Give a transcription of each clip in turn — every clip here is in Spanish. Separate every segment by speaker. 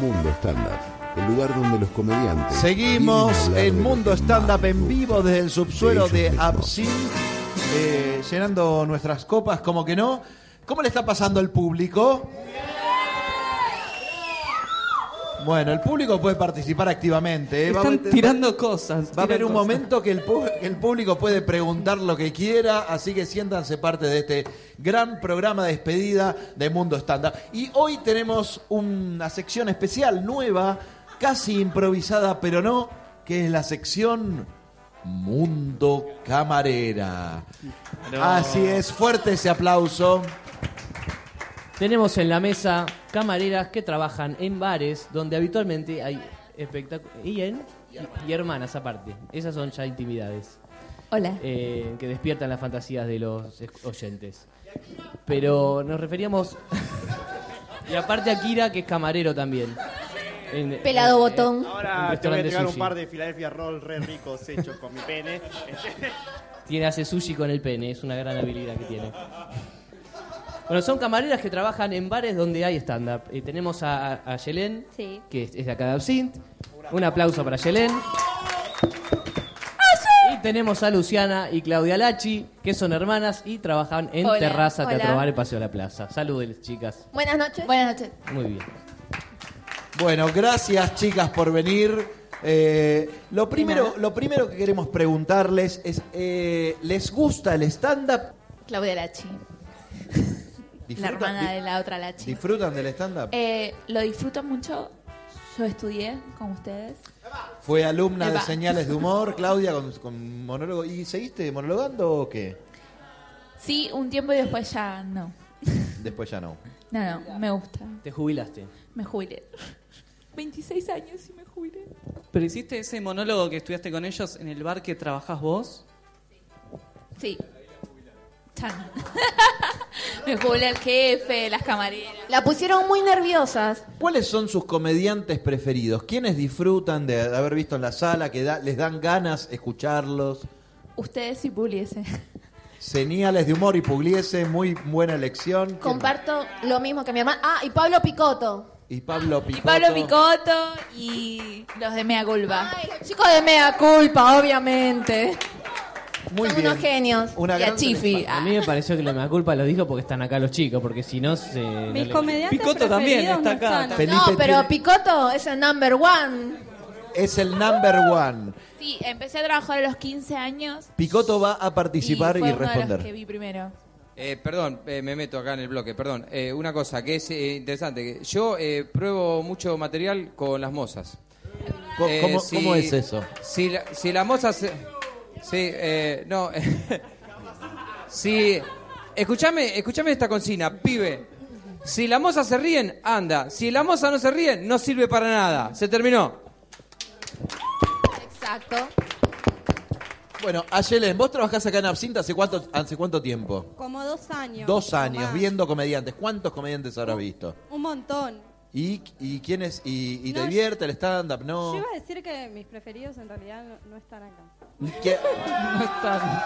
Speaker 1: Mundo Stand-Up, el lugar donde los comediantes.
Speaker 2: Seguimos
Speaker 1: vienen a hablar
Speaker 2: el
Speaker 1: de lo
Speaker 2: mundo
Speaker 1: que más
Speaker 2: stand-up en
Speaker 1: les
Speaker 2: vivo
Speaker 1: gusta
Speaker 2: desde el subsuelo
Speaker 1: de
Speaker 2: de
Speaker 1: ellos mismos.
Speaker 2: Absin, eh, llenando nuestras copas, como que no. ¿Cómo le está pasando al público? Bueno, el público puede participar activamente. ¿eh? Va a
Speaker 3: Están
Speaker 2: meter-
Speaker 3: tirando cosas.
Speaker 2: Va a
Speaker 3: tiran
Speaker 2: haber un
Speaker 3: cosas.
Speaker 2: momento que el, pu- que el público puede preguntar lo que quiera, así que siéntanse parte de este gran programa de despedida de Mundo Estándar. Y hoy tenemos una sección especial, nueva, casi improvisada, pero no, que es la sección Mundo Camarera. Así es, fuerte ese aplauso.
Speaker 4: Tenemos en la mesa camareras que trabajan en bares donde habitualmente hay espectáculos. Y, en- y hermanas aparte. Esas son ya intimidades
Speaker 5: Hola.
Speaker 4: eh, que despiertan las fantasías de los es- oyentes. Pero nos referíamos. y aparte a Kira, que es camarero también. En-
Speaker 5: Pelado
Speaker 4: en-
Speaker 5: botón.
Speaker 4: en
Speaker 6: Eh, Ahora te voy a
Speaker 4: restaurante
Speaker 6: entregar un
Speaker 4: sushi.
Speaker 6: par de Philadelphia Roll re ricos hechos con mi pene.
Speaker 4: Tiene hace sushi con el pene, es una gran habilidad que tiene. Bueno, son camareras que trabajan en bares donde hay stand-up. Eh, tenemos a, a Yelén,
Speaker 5: Sí.
Speaker 4: que es, es de acá de Absinthe. Un aplauso para Yelén. Y tenemos a Luciana y Claudia Lachi, que son hermanas y trabajan en
Speaker 5: Hola,
Speaker 4: Terraza
Speaker 5: hola.
Speaker 4: Teatro Bar y Paseo de la Plaza. Saludos, chicas.
Speaker 5: Buenas noches. Buenas noches.
Speaker 4: Muy bien.
Speaker 2: Bueno, gracias chicas por venir. Eh, lo, primero, lo primero que queremos preguntarles es, eh, ¿les gusta el stand-up?
Speaker 5: Claudia Lachi, la
Speaker 2: ¿Disfrutan-
Speaker 5: hermana
Speaker 2: di-
Speaker 5: de la otra Lachi.
Speaker 2: ¿Disfrutan del stand-up?
Speaker 5: Eh, lo disfruto mucho. Yo estudié con ustedes.
Speaker 2: Fue alumna de
Speaker 5: Eva.
Speaker 2: Señales de Humor, Claudia, con, con monólogo. ¿Y seguiste monologando o qué?
Speaker 5: Sí, un tiempo y después ya no.
Speaker 2: Después ya no.
Speaker 5: No, no, me gusta.
Speaker 4: Te jubilaste.
Speaker 5: Me jubilé. 26 años y me jubilé.
Speaker 3: Pero hiciste ese monólogo que estudiaste con ellos en el bar que trabajás vos.
Speaker 5: Sí. Ya no. me jubilé al jefe, las camareras.
Speaker 7: La pusieron muy nerviosas.
Speaker 2: ¿Cuáles son sus comediantes preferidos? ¿Quiénes disfrutan de haber visto en la sala? que da- les dan ganas escucharlos?
Speaker 5: Ustedes si puliesen.
Speaker 2: Señales de Humor y Pugliese, muy buena elección. ¿Quién
Speaker 7: Comparto lo mismo que mi hermana. Ah, y Pablo Picoto.
Speaker 2: más? Y Pablo Picoto.
Speaker 5: Y Pablo Picoto y los de Mea Culpa.
Speaker 7: Ay, los chicos de Mea Culpa, obviamente.
Speaker 2: Muy
Speaker 7: Son
Speaker 2: bien.
Speaker 7: unos genios.
Speaker 2: Una
Speaker 5: y a
Speaker 2: gran
Speaker 5: Chifi.
Speaker 2: selección.
Speaker 4: A mí me pareció que la mea culpa lo dijo porque están acá los chicos, porque si no se... no
Speaker 8: Mis
Speaker 4: le-
Speaker 8: comediantes
Speaker 3: Picoto también
Speaker 8: preferidos
Speaker 3: está
Speaker 8: no
Speaker 3: acá.
Speaker 8: están.
Speaker 2: Felipe
Speaker 7: no, pero
Speaker 2: tiene-
Speaker 7: Picoto es el number one.
Speaker 2: es el number one.
Speaker 5: Sí, empecé a trabajar a los 15 años.
Speaker 2: Picoto va a participar y,
Speaker 5: fue uno de los que
Speaker 2: responder.
Speaker 5: vi primero.
Speaker 9: Eh, perdón, eh, me meto acá en el bloque, perdón. Eh, una cosa que es eh, interesante, que yo eh, pruebo mucho material con las mozas.
Speaker 2: Co-
Speaker 9: Eh,
Speaker 2: ¿Cómo,
Speaker 9: si-
Speaker 2: cómo es eso?
Speaker 9: Si la, si la moza se- Sí, eh, no. si. Escuchame, escuchame esta consigna, pibe. Si la moza se ríen, anda. Si la moza no se ríen, no sirve para nada. Se terminó.
Speaker 7: Exacto.
Speaker 2: Bueno, Ayelen, vos trabajás acá en Absinta hace cuánto, hace cuánto tiempo?
Speaker 8: Como dos años.
Speaker 2: Dos
Speaker 8: o
Speaker 2: años
Speaker 8: más.
Speaker 2: viendo comediantes. ¿Cuántos comediantes habrás visto?
Speaker 8: Un montón.
Speaker 2: ¿Y, y quién es? ¿Y, y te
Speaker 8: No,
Speaker 2: divierte el stand-up? ¿No?
Speaker 8: Yo iba a decir que mis preferidos en realidad no, no están acá.
Speaker 2: ¿Qué-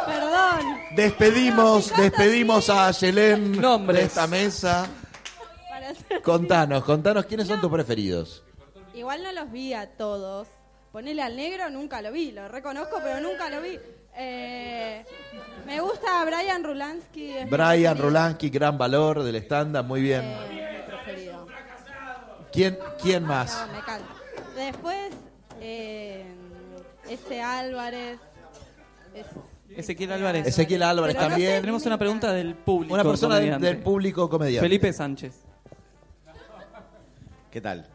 Speaker 8: Perdón.
Speaker 2: Despedimos, despedimos a Ayelen
Speaker 3: Nombres.
Speaker 2: de esta mesa.
Speaker 8: Para ser-
Speaker 2: Contanos, contanos quiénes son tus preferidos.
Speaker 8: Igual no los vi a todos. Ponele al negro, nunca lo vi. Lo reconozco, pero nunca lo vi. Eh, me gusta Brian Rulansky. es mi
Speaker 2: Brian
Speaker 8: preferido.
Speaker 2: Rolansky, gran valor del stand-up, muy bien.
Speaker 8: Eh, mi preferido.
Speaker 2: ¿Quién, quién más?
Speaker 8: No, me calmo. Después, eh, ese Álvarez. es-
Speaker 3: Ezequiel Álvarez.
Speaker 2: Ezequiel Álvarez
Speaker 8: Pero no
Speaker 2: también.
Speaker 8: sé
Speaker 3: Tenemos
Speaker 8: quién
Speaker 3: una
Speaker 8: era.
Speaker 3: pregunta del público.
Speaker 2: Una persona del-
Speaker 3: comediante.
Speaker 2: del público comediante.
Speaker 3: Felipe Sánchez.
Speaker 10: ¿Qué tal?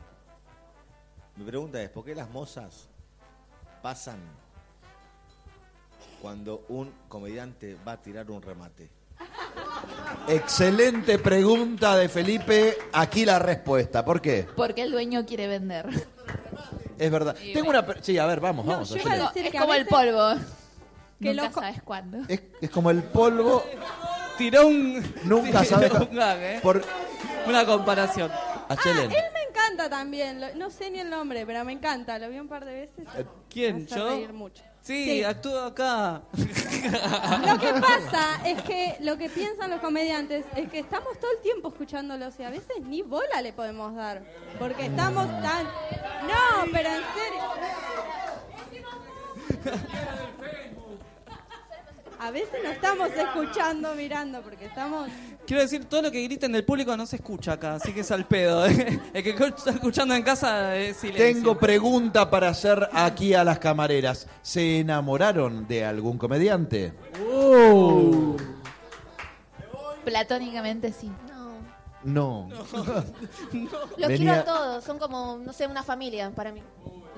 Speaker 10: Mi pregunta es, ¿por qué las mozas pasan cuando un comediante va a tirar un remate?
Speaker 2: Excelente pregunta de Felipe. Aquí la respuesta. ¿Por qué?
Speaker 5: Porque el dueño quiere vender.
Speaker 2: Es verdad. Tengo una. pre- Sí, a ver, vamos,
Speaker 8: No,
Speaker 2: vamos.
Speaker 8: yo iba a
Speaker 2: Ayelen.
Speaker 8: decir-
Speaker 5: es
Speaker 8: que
Speaker 5: como
Speaker 8: a
Speaker 5: el
Speaker 8: veces-
Speaker 5: polvo.
Speaker 8: que
Speaker 5: Nunca
Speaker 8: los co-
Speaker 5: sabes cuándo.
Speaker 2: Es, es como el polvo,
Speaker 3: Tiró un.
Speaker 2: nunca
Speaker 3: tiró
Speaker 2: sabes.
Speaker 3: un gag, ¿eh?
Speaker 2: Por
Speaker 3: Una comparación.
Speaker 2: Ayelen.
Speaker 8: Ah, Él me
Speaker 2: Eh,
Speaker 8: encanta también, lo- no sé ni el nombre, pero me encanta, lo vi un par de veces.
Speaker 3: ¿Quién,
Speaker 8: Me hace
Speaker 3: yo?
Speaker 8: reír mucho.
Speaker 3: Sí, actúa acá.
Speaker 8: Lo que pasa es que lo que piensan los comediantes es que estamos todo el tiempo escuchándolos y a veces ni bola le podemos dar. Porque estamos tan. No, pero en serio. A veces no estamos escuchando, mirando, porque estamos.
Speaker 3: Quiero decir, todo lo que griten del público no se escucha acá, así que es al pedo. El que está escuchando en casa eh, es silencio.
Speaker 2: Tengo pregunta para hacer aquí a las camareras. ¿Se enamoraron de algún comediante? Uh.
Speaker 5: Platónicamente sí.
Speaker 2: No.
Speaker 7: Los
Speaker 2: Venía-
Speaker 7: quiero a todos, son como, no sé, una familia para mí.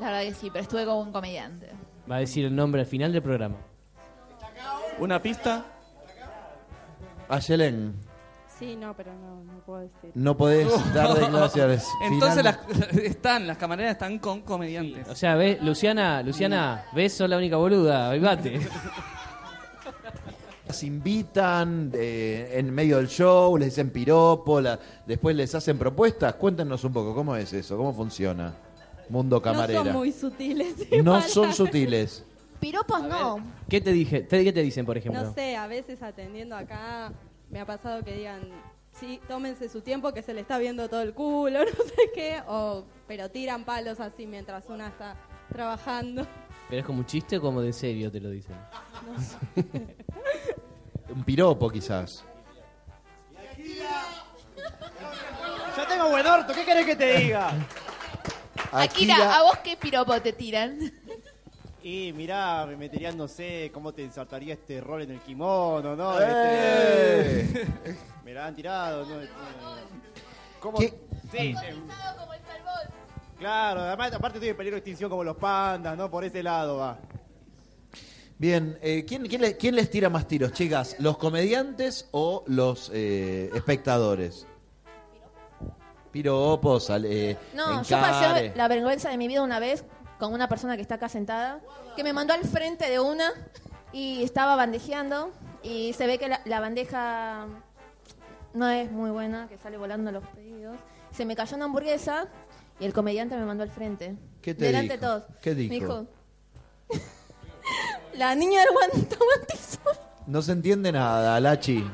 Speaker 5: La verdad que sí, pero estuve con un comediante.
Speaker 4: Va a decir el nombre al final del programa.
Speaker 3: ¿Una pista?
Speaker 2: A Yelén,
Speaker 8: Sí, no, pero no, no puedo decir.
Speaker 2: Ah, no podés dar declaraciones.
Speaker 3: Entonces
Speaker 2: Final-
Speaker 3: las, están, las camareras están con comediantes.
Speaker 4: O sea, ves, Luciana, Luciana, ves, sos la única boluda, avivate.
Speaker 2: Las invitan eh, en medio del show, les dicen piropo, la- después les hacen propuestas. Cuéntenos un poco, ¿cómo es eso? ¿Cómo funciona? Mundo camarera.
Speaker 8: No son muy sutiles.
Speaker 2: No
Speaker 8: igual.
Speaker 2: son sutiles.
Speaker 7: Piropos no.
Speaker 4: ¿Qué te dije? Te- ¿Qué te dicen, por ejemplo?
Speaker 8: No sé, a veces atendiendo acá me ha pasado que digan, sí, tómense su tiempo que se le está viendo todo el culo, no sé qué, o, pero tiran palos así mientras una está trabajando.
Speaker 4: ¿Pero es como un chiste o como de serio te lo dicen?
Speaker 2: Un piropo, quizás.
Speaker 6: Yo tengo buen orto, ¿qué querés que te diga?
Speaker 5: Akira, ¿a vos qué piropo te tiran?
Speaker 6: Y mirá, me meterían, no sé, cómo te insertaría este rol en el kimono, ¿no?
Speaker 2: ¡Eh!
Speaker 6: Este, me la han tirado, ¿no? Este, ¿Cómo?
Speaker 2: ¿Qué?
Speaker 6: Sí, sí. Claro, además, aparte estoy en peligro de extinción como los pandas, ¿no? Por ese lado va.
Speaker 2: Bien, eh, ¿quién, quién le- quién les tira más tiros, chicas? ¿Los comediantes o los eh, espectadores? Piropos, ale- eh,
Speaker 7: No, yo
Speaker 2: encare.
Speaker 7: pasé la vergüenza de mi vida una vez con una persona que está acá sentada, que me mandó al frente de una y estaba bandejeando y se ve que la, la bandeja no es muy buena, que sale volando los pedidos. Se me cayó una hamburguesa y el comediante me mandó al frente.
Speaker 2: ¿Qué te
Speaker 7: delante
Speaker 2: dijo?
Speaker 7: de todos.
Speaker 2: ¿Qué
Speaker 7: Me
Speaker 2: dijo?
Speaker 7: la niña del guantaguantisol.
Speaker 2: No se entiende nada, Lachi.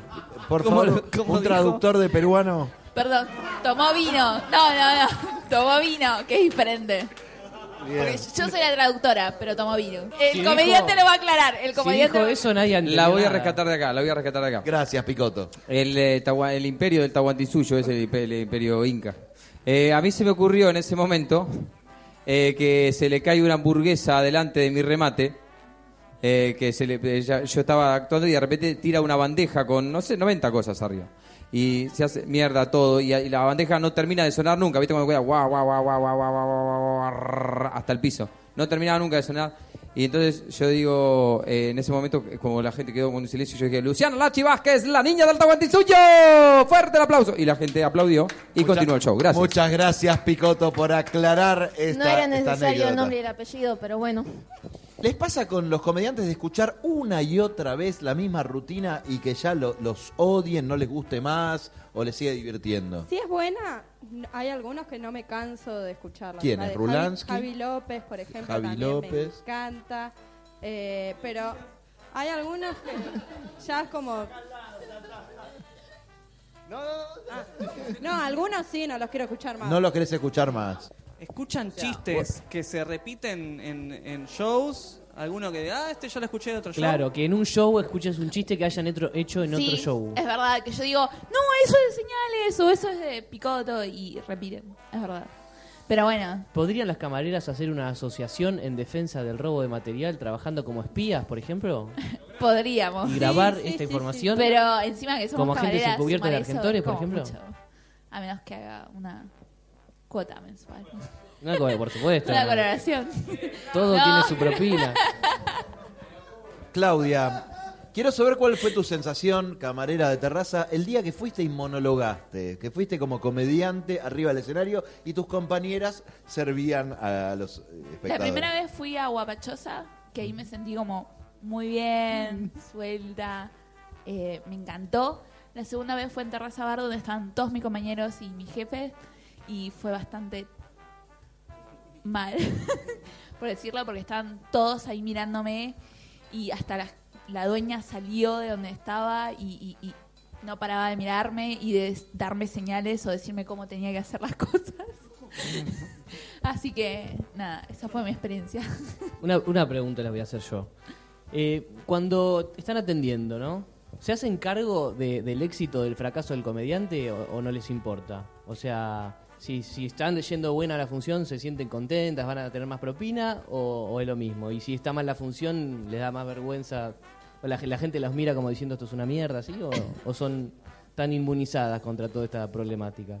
Speaker 2: Por
Speaker 3: ¿Cómo
Speaker 2: favor,
Speaker 3: lo- cómo
Speaker 2: un
Speaker 3: dijo?
Speaker 2: traductor de peruano.
Speaker 5: Perdón, tomó vino. No, no, no. Tomó vino, que es diferente. Porque
Speaker 2: Bien.
Speaker 5: yo soy la traductora, pero tomó vino. El
Speaker 4: Si
Speaker 5: comediante
Speaker 4: dijo-
Speaker 5: lo va a aclarar. El
Speaker 4: Si
Speaker 5: comediante.
Speaker 4: dijo eso, nadie entendió
Speaker 9: La voy a
Speaker 4: nada.
Speaker 9: rescatar de acá, la voy a rescatar de acá.
Speaker 2: Gracias, Picoto.
Speaker 9: El, eh, Tawa- el imperio del Tahuantinsuyo es el, impe- el imperio inca. Eh, a mí se me ocurrió en ese momento eh, que se le cae una hamburguesa delante de mi remate. eh, que se le, eh, ya- yo estaba actuando y de repente tira una bandeja con, no sé, 90 cosas arriba. Y se hace mierda todo. Y, y la bandeja no termina de sonar nunca. ¿Viste cómo queda? Guau, guau, guau, guau, guau, guau, guau, guau, guau, guau, hasta el piso. No terminaba nunca de sonar. Y entonces yo digo, eh, en ese momento, como la gente quedó con un silencio, yo dije, Luciana Lachi Vázquez, la niña del Tahuantinsuyo. Fuerte el aplauso. Y la gente aplaudió y
Speaker 2: Mucha-
Speaker 9: continuó el show. Gracias.
Speaker 2: Muchas gracias, Picoto, por aclarar esta
Speaker 7: No era
Speaker 2: esta
Speaker 7: necesario el
Speaker 2: anécdota.
Speaker 7: nombre y el apellido, pero bueno.
Speaker 2: ¿Les pasa con los comediantes de escuchar una y otra vez la misma rutina y que ya lo- los odien, no les guste más o les sigue divirtiendo?
Speaker 8: Si es buena, n- hay algunos que no me canso de escucharla.
Speaker 2: ¿Quién
Speaker 8: La
Speaker 2: es?
Speaker 8: de
Speaker 2: ¿Rulansky?
Speaker 8: Javi, Javi López, por ejemplo,
Speaker 2: Javi
Speaker 8: también
Speaker 2: López.
Speaker 8: me encanta. Eh, pero hay algunos que ya es como...
Speaker 6: No, no, no.
Speaker 8: No, algunos sí, no los quiero escuchar más.
Speaker 2: No los querés escuchar más.
Speaker 3: Escuchan chistes que se repiten en, en shows. Alguno que, ah, este ya lo escuché de otro show.
Speaker 4: Claro, que en un show escuches un chiste que hayan etro- hecho en
Speaker 5: Sí,
Speaker 4: otro show.
Speaker 5: Es verdad que yo digo, no, eso es de señales o eso es de picoto y repiten. Es verdad. Pero bueno,
Speaker 4: ¿Podrían las camareras hacer una asociación en defensa del robo de material trabajando como espías, por ejemplo?
Speaker 5: podríamos.
Speaker 4: Y grabar
Speaker 8: sí,
Speaker 4: esta
Speaker 8: sí,
Speaker 4: información.
Speaker 5: Pero encima que somos
Speaker 4: Como agentes
Speaker 5: camareras,
Speaker 4: encubiertos de
Speaker 5: sumar eso
Speaker 4: Argentores, por
Speaker 5: como
Speaker 4: ejemplo.
Speaker 5: mucho. A menos que haga una cuota mensual.
Speaker 4: No, como- por supuesto.
Speaker 5: Una colaboración.
Speaker 4: Todo
Speaker 5: No.
Speaker 4: tiene su propina.
Speaker 2: Claudia, quiero saber cuál fue tu sensación, camarera de terraza, el día que fuiste y monologaste, que fuiste como comediante arriba del escenario y tus compañeras servían a los eh,
Speaker 5: La
Speaker 2: espectadores.
Speaker 5: primera vez fui a Guapachosa, que ahí me sentí como muy bien, suelta, eh, me encantó. La segunda vez fue en Terraza Bar, donde estaban todos mis compañeros y mi jefe, y fue bastante mal, por decirlo, porque estaban todos ahí mirándome y hasta la, la dueña salió de donde estaba y, y- y no paraba de mirarme y de darme señales o decirme cómo tenía que hacer las cosas. Así que, nada, esa fue mi experiencia.
Speaker 4: Una, una pregunta les voy a hacer yo. Eh, cuando están atendiendo, ¿no? ¿Se hacen cargo de- del éxito, del fracaso del comediante o, o no les importa? O sea, si, si están yendo buena la función, ¿se sienten contentas? ¿Van a tener más propina o, o es lo mismo? Y si está mal la función, ¿les da más vergüenza? ¿O la, ge- la gente los mira como diciendo esto es una mierda, ¿sí? ¿O, o son tan inmunizadas contra toda esta problemática?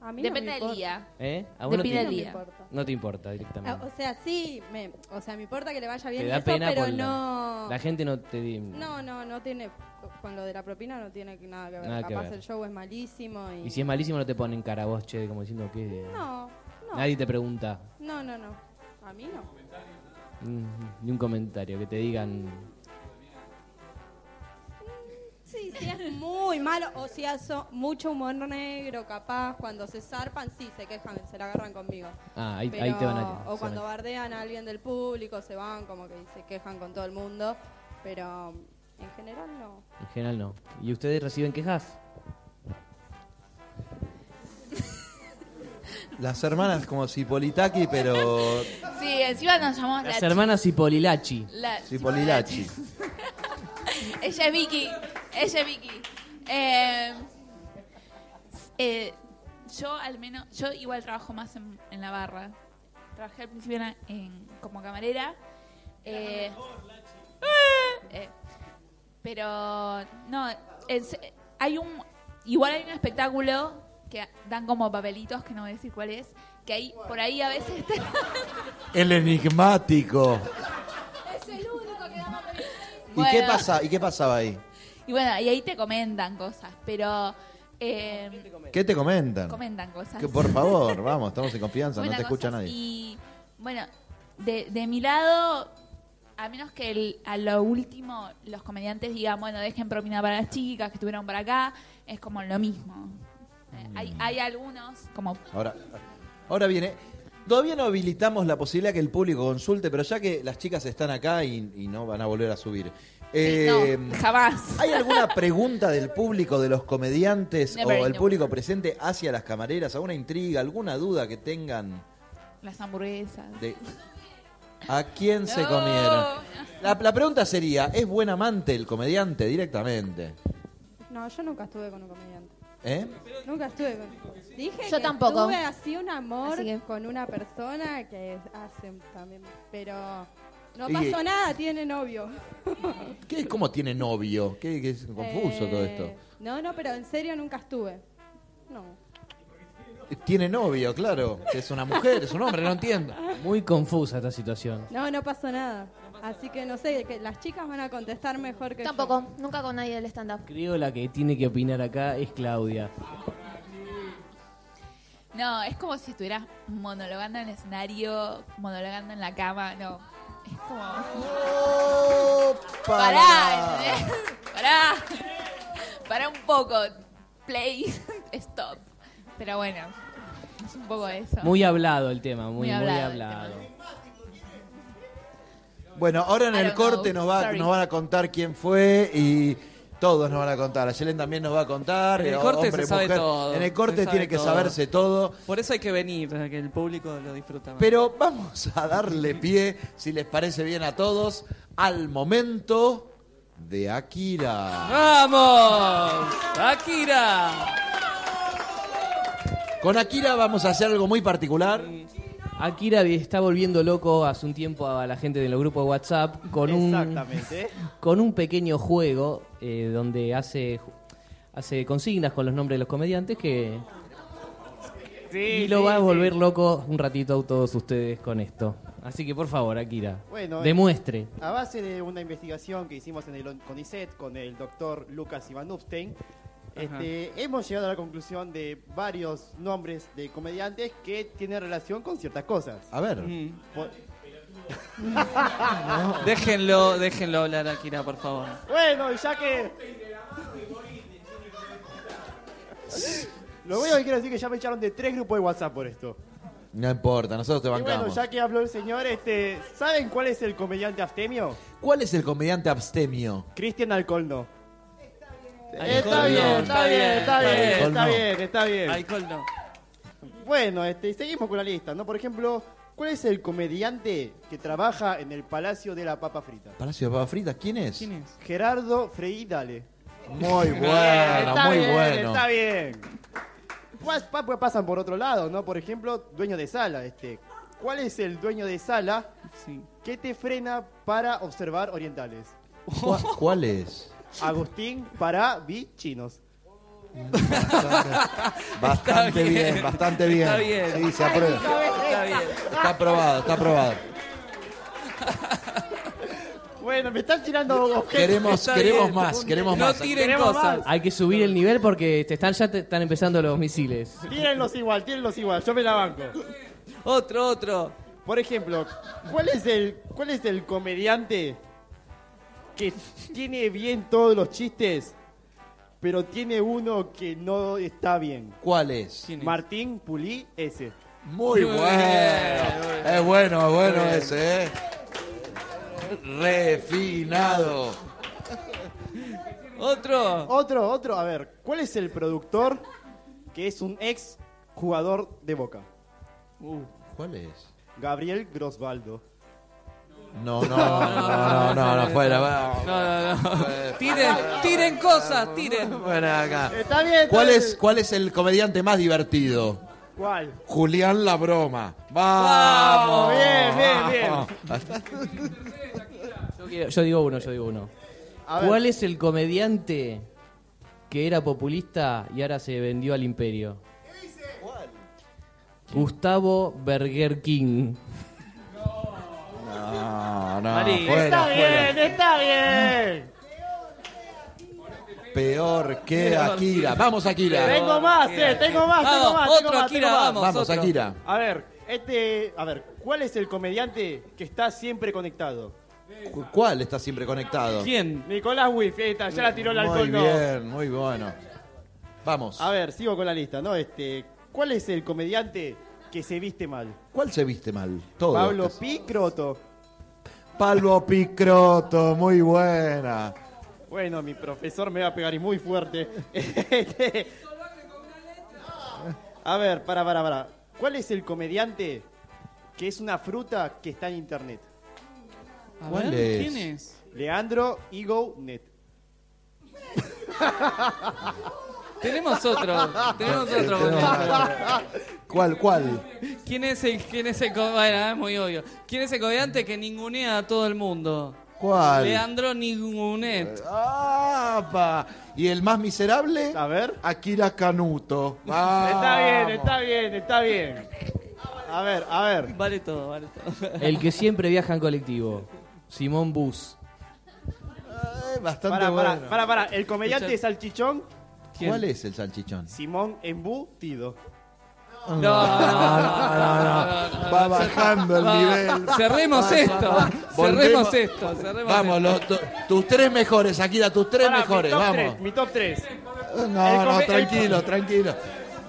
Speaker 8: A mí no me
Speaker 5: Depende del
Speaker 8: importa.
Speaker 5: día.
Speaker 4: ¿Eh? ¿A vos no
Speaker 5: Depende
Speaker 4: te-
Speaker 5: del día.
Speaker 4: No te importa
Speaker 8: Ah,
Speaker 4: directamente.
Speaker 8: O sea, sí, me, o sea, me importa que le vaya bien
Speaker 4: Te
Speaker 8: y
Speaker 4: da
Speaker 8: eso,
Speaker 4: pena
Speaker 8: pero
Speaker 4: por la-
Speaker 8: no.
Speaker 4: La gente no te... di-
Speaker 8: No, no, no tiene. Con lo de la propina no tiene nada que ver.
Speaker 4: Nada que
Speaker 8: Capaz
Speaker 4: ver.
Speaker 8: el show es malísimo y.
Speaker 4: Y si es malísimo no te ponen cara a vos, che, como diciendo que...
Speaker 8: No, no.
Speaker 4: Nadie te pregunta
Speaker 8: No, no, no. A mí no.
Speaker 4: mm, ni un comentario, que te digan...
Speaker 8: Sí, sí, es muy malo. O si hace mucho humor negro, capaz. Cuando se zarpan, sí, se quejan, se la agarran conmigo.
Speaker 4: Ah, ahí, ahí te van a...
Speaker 8: O cuando bardean a alguien del público, se van como que se quejan con todo el mundo. Pero en general no.
Speaker 4: En general no. ¿Y ustedes reciben quejas?
Speaker 2: Las hermanas como Cipolitaki, pero
Speaker 5: Sí, encima nos llamamos
Speaker 4: Las
Speaker 5: la
Speaker 4: hermanas Hipolilachi.
Speaker 5: La-
Speaker 2: Cipolilachi.
Speaker 5: Ella es Vicky. Ella es Vicky. Eh, eh, yo al menos, yo igual trabajo más en, en la barra. Trabajé al principio en, en- como camarera. Eh, eh, pero no, en se- hay un igual hay un espectáculo que dan como papelitos que no voy a decir cuál es, que ahí por ahí a veces te-
Speaker 2: El enigmático.
Speaker 5: es el único que da papelitos.
Speaker 2: Oh. ¿Y, qué
Speaker 5: Bueno.
Speaker 2: pasa, ¿Y qué pasaba ahí?
Speaker 5: Y bueno, y ahí te comentan cosas, pero... eh,
Speaker 2: ¿Qué te comentan?
Speaker 5: Comentan cosas.
Speaker 2: Que, por favor, vamos, estamos en confianza, no
Speaker 5: Comentan
Speaker 2: te escucha
Speaker 5: cosas
Speaker 2: nadie.
Speaker 5: Y bueno, de, de mi lado, a menos que el- a lo último los comediantes digan, bueno, dejen propina para las chicas que estuvieron por acá, es como lo mismo. Eh,
Speaker 2: Mm.
Speaker 5: Hay, hay algunos, como
Speaker 2: Ahora, ahora viene. Todavía no habilitamos la posibilidad que el público consulte, pero ya que las chicas están acá y, y no van a volver a subir. eh,
Speaker 5: no, jamás.
Speaker 2: ¿Hay alguna pregunta del público, de los comediantes
Speaker 5: Never
Speaker 2: o el
Speaker 5: know.
Speaker 2: público presente hacia las camareras? ¿Alguna intriga, alguna duda que tengan
Speaker 5: las hamburguesas. Oh,
Speaker 2: de a quién se
Speaker 5: No.
Speaker 2: comieron? La, la pregunta sería, ¿es buen amante el comediante directamente?
Speaker 8: No, yo nunca estuve con un comediante.
Speaker 2: ¿Eh?
Speaker 8: Nunca estuve con. Dije
Speaker 7: Yo
Speaker 8: que
Speaker 7: tampoco.
Speaker 8: tuve así un amor
Speaker 7: Así que-
Speaker 8: con una persona que hace también. Pero no
Speaker 2: Y-
Speaker 8: pasó nada, tiene novio.
Speaker 2: ¿Qué- ¿Cómo tiene novio? ¿Qué, qué es confuso
Speaker 8: Eh,
Speaker 2: todo esto?
Speaker 8: No, no, pero en serio nunca estuve. No.
Speaker 2: Tiene novio, claro. que Es una mujer, es un hombre, no entiendo.
Speaker 4: Muy confusa esta situación.
Speaker 8: No, no pasó nada. Así que no sé, que las chicas van a contestar mejor que
Speaker 7: Tampoco, nunca con nadie del stand-up.
Speaker 4: Creo la que tiene que opinar acá es Claudia.
Speaker 5: No, es como si estuvieras monologando en el escenario, monologando en la cama, no. Es como... Pará, ¿entendés? pará. Pará un poco. Play, stop. Pero bueno, es un poco eso.
Speaker 4: Muy hablado el tema,
Speaker 5: Muy
Speaker 4: muy, muy
Speaker 5: hablado
Speaker 4: hablado.
Speaker 5: el
Speaker 2: Bueno, ahora en
Speaker 5: I
Speaker 2: el
Speaker 5: don't know.
Speaker 2: corte nos, va,
Speaker 5: Sorry.
Speaker 2: nos van a contar quién fue y todos nos van a contar. A Yelen también nos va a contar.
Speaker 3: En el
Speaker 2: eh,
Speaker 3: corte
Speaker 2: hombre,
Speaker 3: se sabe
Speaker 2: mujer.
Speaker 3: todo.
Speaker 2: En el corte
Speaker 3: Se sabe
Speaker 2: tiene que
Speaker 3: todo.
Speaker 2: saberse todo.
Speaker 3: Por eso hay que venir, para que el público lo disfruta más.
Speaker 2: Pero vamos a darle pie, si les parece bien a todos, al momento de Akira.
Speaker 3: ¡Vamos! ¡Akira!
Speaker 2: Con Akira vamos a hacer algo muy particular.
Speaker 4: Akira está volviendo loco hace un tiempo a la gente de los grupos de WhatsApp con un,
Speaker 6: Exactamente.
Speaker 4: con un pequeño juego eh, donde hace, hace consignas con los nombres de los comediantes que y lo va a volver loco un ratito a todos ustedes con esto. Así que por favor, Akira,
Speaker 6: Bueno, eh.
Speaker 4: demuestre.
Speaker 6: A base de una investigación que hicimos en el CONICET con el doctor Lucas Ivan Upstein, este, hemos llegado a la conclusión de varios nombres de comediantes que tienen relación con ciertas cosas.
Speaker 2: A ver.
Speaker 6: Por- Ah.
Speaker 3: Déjenlo, déjenlo hablar a Akira, por favor.
Speaker 6: Bueno, y ya que. Lo único que quiero decir es que ya me echaron de tres grupos de WhatsApp por esto.
Speaker 2: No importa, nosotros te
Speaker 6: Y bueno,
Speaker 2: bancamos.
Speaker 6: ya que habló el señor, este, ¿saben cuál es el comediante abstemio?
Speaker 2: ¿Cuál es el comediante abstemio?
Speaker 6: Cristian Alcolno.
Speaker 3: Alcolno,
Speaker 6: Está bien, está bien, está bien, está
Speaker 2: Alcolno.
Speaker 6: bien, está bien.
Speaker 3: Alcohol no.
Speaker 6: Bueno, este, seguimos con la lista, ¿no? Por ejemplo, ¿cuál es el comediante que trabaja en el Palacio de la Papa Frita?
Speaker 2: Palacio de Papas Fritas, ¿quién es?
Speaker 3: ¿Quién es?
Speaker 6: Gerardo Freidale.
Speaker 2: Muy
Speaker 6: Bien,
Speaker 2: bueno,
Speaker 6: está
Speaker 2: muy
Speaker 6: bien,
Speaker 2: bueno.
Speaker 6: Está bien. Pues, pa- pues pasan por otro lado, ¿no? Por ejemplo, dueño de sala, este. ¿Cuál es el dueño de sala
Speaker 3: Sí.
Speaker 6: que te frena para observar orientales?
Speaker 3: Oh.
Speaker 2: ¿Cu- ¿Cuál es?
Speaker 6: Agustín para vi chinos.
Speaker 2: Bastante
Speaker 3: bien.
Speaker 2: bien, bastante bien.
Speaker 3: Está bien.
Speaker 2: Sí, se aprueba.
Speaker 3: Está bien.
Speaker 2: Está aprobado, está aprobado.
Speaker 6: Bueno, me están tirando objetos.
Speaker 2: Queremos,
Speaker 3: Está
Speaker 2: queremos
Speaker 3: bien.
Speaker 2: más, queremos
Speaker 3: no
Speaker 2: más.
Speaker 3: tiren
Speaker 6: Queremos
Speaker 3: cosas.
Speaker 6: más.
Speaker 4: Hay que subir el nivel porque te están, ya te están empezando los misiles.
Speaker 6: Tírenlos igual, tírenlos igual, yo me la banco.
Speaker 3: Otro, otro.
Speaker 6: Por ejemplo, ¿cuál es el cuál es el comediante que tiene bien todos los chistes, pero tiene uno que no está bien?
Speaker 2: ¿Cuál es?
Speaker 3: ¿Quién es?
Speaker 6: Martín Pulí ese.
Speaker 2: Muy
Speaker 3: Muy
Speaker 2: bueno.
Speaker 3: bien.
Speaker 2: Es bueno, es bueno ese, ¿eh? Refinado.
Speaker 3: Otro.
Speaker 6: Otro, otro, a ver, ¿cuál es el productor que es un ex jugador de Boca?
Speaker 2: ¿Cuál es?
Speaker 6: Gabriel Grosvaldo.
Speaker 2: No, no, no, no, no, no, fuera. va.
Speaker 3: No, no, no. Tiren, tiren cosas, tiren.
Speaker 2: Bueno, acá.
Speaker 6: Está bien. está
Speaker 2: ¿Cuál
Speaker 6: bien.
Speaker 2: es, ¿Cuál es el comediante más divertido?
Speaker 6: ¿Cuál?
Speaker 2: Julián La Broma. Vamos.
Speaker 6: Bien, bien, bien.
Speaker 4: Yo, quiero- yo digo uno, yo digo uno.
Speaker 6: A ver.
Speaker 4: ¿Cuál es el comediante que era populista y ahora se vendió al imperio? Gustavo Burger King.
Speaker 2: No, no,
Speaker 3: María.
Speaker 2: fuera,
Speaker 6: Está
Speaker 2: fuera.
Speaker 6: bien, está bien.
Speaker 2: Peor que Akira. Vamos, Akira.
Speaker 6: Tengo más, eh, tengo más, tengo más,
Speaker 3: Vamos,
Speaker 6: tengo
Speaker 3: otro,
Speaker 6: más, tengo
Speaker 3: Akira,
Speaker 6: más.
Speaker 3: vamos.
Speaker 2: Vamos,
Speaker 3: otro.
Speaker 2: Akira.
Speaker 6: A ver, este, a ver, ¿cuál es el comediante que está siempre conectado?
Speaker 2: Cu- ¿Cuál está siempre conectado?
Speaker 3: ¿Quién?
Speaker 6: Nicolás Wiff, ahí está, ya la tiró el
Speaker 2: Muy
Speaker 6: alcohol. no.
Speaker 2: bien, muy bueno. Vamos.
Speaker 6: A ver, sigo con la lista, ¿no? Este, ¿cuál es el comediante que se viste mal?
Speaker 2: ¿Cuál se viste mal? Todo.
Speaker 6: Pablo Picroto.
Speaker 2: Pablo Picroto, muy buena.
Speaker 6: Bueno, mi profesor me va a pegar y muy fuerte. Este, a ver, para, para, para. ¿Cuál es el comediante que es una fruta que está en internet?
Speaker 3: A
Speaker 2: ¿Cuál
Speaker 3: ver,
Speaker 2: es?
Speaker 3: ¿Quién es?
Speaker 6: Leandro Igonet.
Speaker 3: Tenemos otro. Tenemos otro. comediante.
Speaker 2: ¿Cuál, cuál?
Speaker 3: ¿Quién es el, quién es el, co- bueno, es muy obvio. ¿Quién es el comediante que ningunea a todo el mundo?
Speaker 2: ¿Cuál?
Speaker 3: Leandro Ningunet.
Speaker 2: ¡Apa! ¿Y el más miserable?
Speaker 6: A ver.
Speaker 2: Akira Canuto. Vamos.
Speaker 6: Está bien, está bien, está bien. A ver, a ver.
Speaker 3: Vale todo, vale todo.
Speaker 4: El que siempre viaja en colectivo. Simón Bus.
Speaker 2: Eh, bastante
Speaker 6: Para, para,
Speaker 2: bueno.
Speaker 6: para, para. El comediante salchichón,
Speaker 3: ¿Quién?
Speaker 2: ¿Cuál es el salchichón?
Speaker 6: Simón Embutido.
Speaker 3: No, no, no,
Speaker 2: Va bajando el nivel.
Speaker 3: Cerremos esto.
Speaker 2: Volvemos.
Speaker 3: Cerremos esto. Cerremos
Speaker 2: Vamos,
Speaker 3: esto.
Speaker 2: los, tu- tus tres mejores, Akira, tus tres
Speaker 6: Para,
Speaker 2: mejores,
Speaker 6: mi top
Speaker 2: vamos.
Speaker 6: tres, mi top 3.
Speaker 2: No,
Speaker 6: El
Speaker 2: no,
Speaker 6: come-
Speaker 2: tranquilo, tranquilo.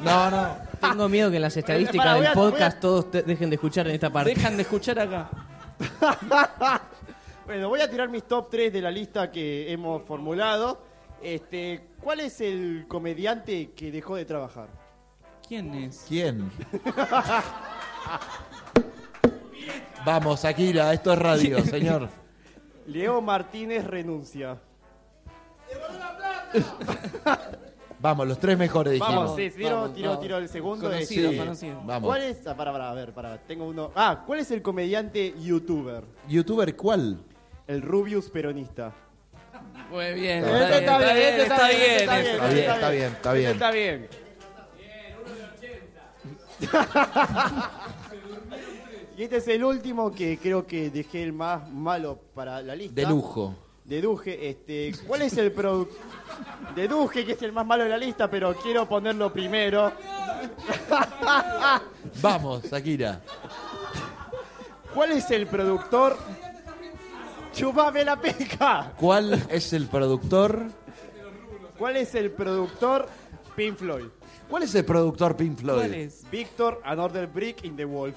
Speaker 2: No, no.
Speaker 4: Tengo miedo que en las estadísticas
Speaker 6: Pará, voy a-
Speaker 4: del
Speaker 6: voy a-
Speaker 4: podcast todos te- dejen de escuchar en esta parte.
Speaker 3: Dejan de escuchar acá.
Speaker 6: Bueno, voy a tirar mis top 3 de la lista que hemos formulado. Este, ¿cuál es el comediante que dejó de trabajar?
Speaker 3: ¿Quién es?
Speaker 2: ¿Quién? Vamos, Akira, esto es radio, señor.
Speaker 6: Leo Martínez renuncia.
Speaker 2: Vamos, los tres mejores dijimos.
Speaker 6: Vamos, sí, tiro,
Speaker 3: vamos,
Speaker 6: tiro,
Speaker 3: vamos.
Speaker 6: tiro el segundo.
Speaker 3: Conocido,
Speaker 6: este.
Speaker 3: conocido.
Speaker 2: Vamos.
Speaker 6: ¿Cuál es? ah, para, para, a ver, para, tengo uno. Ah, ¿cuál es el comediante youtuber?
Speaker 2: ¿Youtuber cuál?
Speaker 6: El Rubius peronista.
Speaker 11: Pues
Speaker 3: Muy bien.
Speaker 6: Este
Speaker 3: Está bien,
Speaker 6: este
Speaker 3: está bien,
Speaker 6: este
Speaker 3: está bien.
Speaker 2: está bien, está bien, está bien.
Speaker 6: Este Está bien. Y este es el último que creo que dejé el más malo para la lista.
Speaker 2: De lujo.
Speaker 6: Deduje, este, ¿cuál es el producto? Deduje que es el más malo de la lista, pero quiero ponerlo primero.
Speaker 2: Vamos, Akira.
Speaker 6: ¿Cuál es el productor? Chupame la peca.
Speaker 2: ¿Cuál es el productor?
Speaker 6: ¿Cuál es el productor Pink Floyd?
Speaker 2: ¿Cuál es el productor Pink Floyd?
Speaker 3: ¿Cuál es?
Speaker 6: Víctor, another brick in the wolf.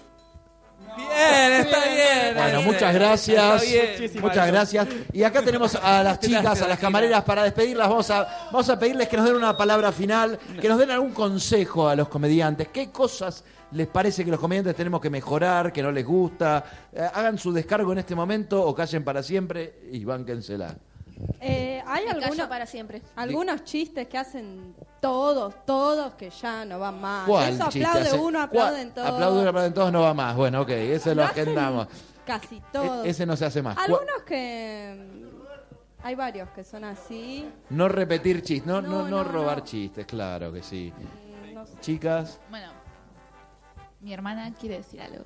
Speaker 3: Bien, está bien.
Speaker 2: Bueno,
Speaker 3: este.
Speaker 2: muchas gracias.
Speaker 3: Está bien.
Speaker 6: Muchísimas
Speaker 2: Muchas gracias. Y acá tenemos a las chicas, a las
Speaker 3: Gracias,
Speaker 2: camareras para despedirlas. Vamos a, vamos a pedirles que nos den una palabra final, que nos den algún consejo a los comediantes. ¿Qué cosas les parece que los comediantes tenemos que mejorar, que no les gusta? Eh, hagan su descargo en este momento o callen para siempre y bánquensela.
Speaker 8: Eh, ¿Hay
Speaker 7: Me callo
Speaker 8: alguno,
Speaker 7: para siempre.
Speaker 8: algunos chistes que hacen todos, todos que ya no van más?
Speaker 2: ¿Cuál
Speaker 8: Ah, Eso
Speaker 2: chiste
Speaker 8: aplaude
Speaker 2: hace?
Speaker 8: uno,
Speaker 2: ¿Cuál?
Speaker 8: aplauden todos.
Speaker 2: Aplaude uno, aplauden todos, no va más. Bueno, ok, ese lo,
Speaker 8: Lo hacen
Speaker 2: agendamos.
Speaker 8: Casi
Speaker 2: E-
Speaker 8: todos.
Speaker 2: ese no se hace más. ¿Cuál-
Speaker 8: Algunos que. mm, Hay varios que son así.
Speaker 2: No repetir chistes, no, no, no,
Speaker 8: No, no,
Speaker 2: robar
Speaker 8: no.
Speaker 2: chistes, claro que sí.
Speaker 8: No sé.
Speaker 2: Chicas,
Speaker 5: Bueno, mi hermana quiere decir algo.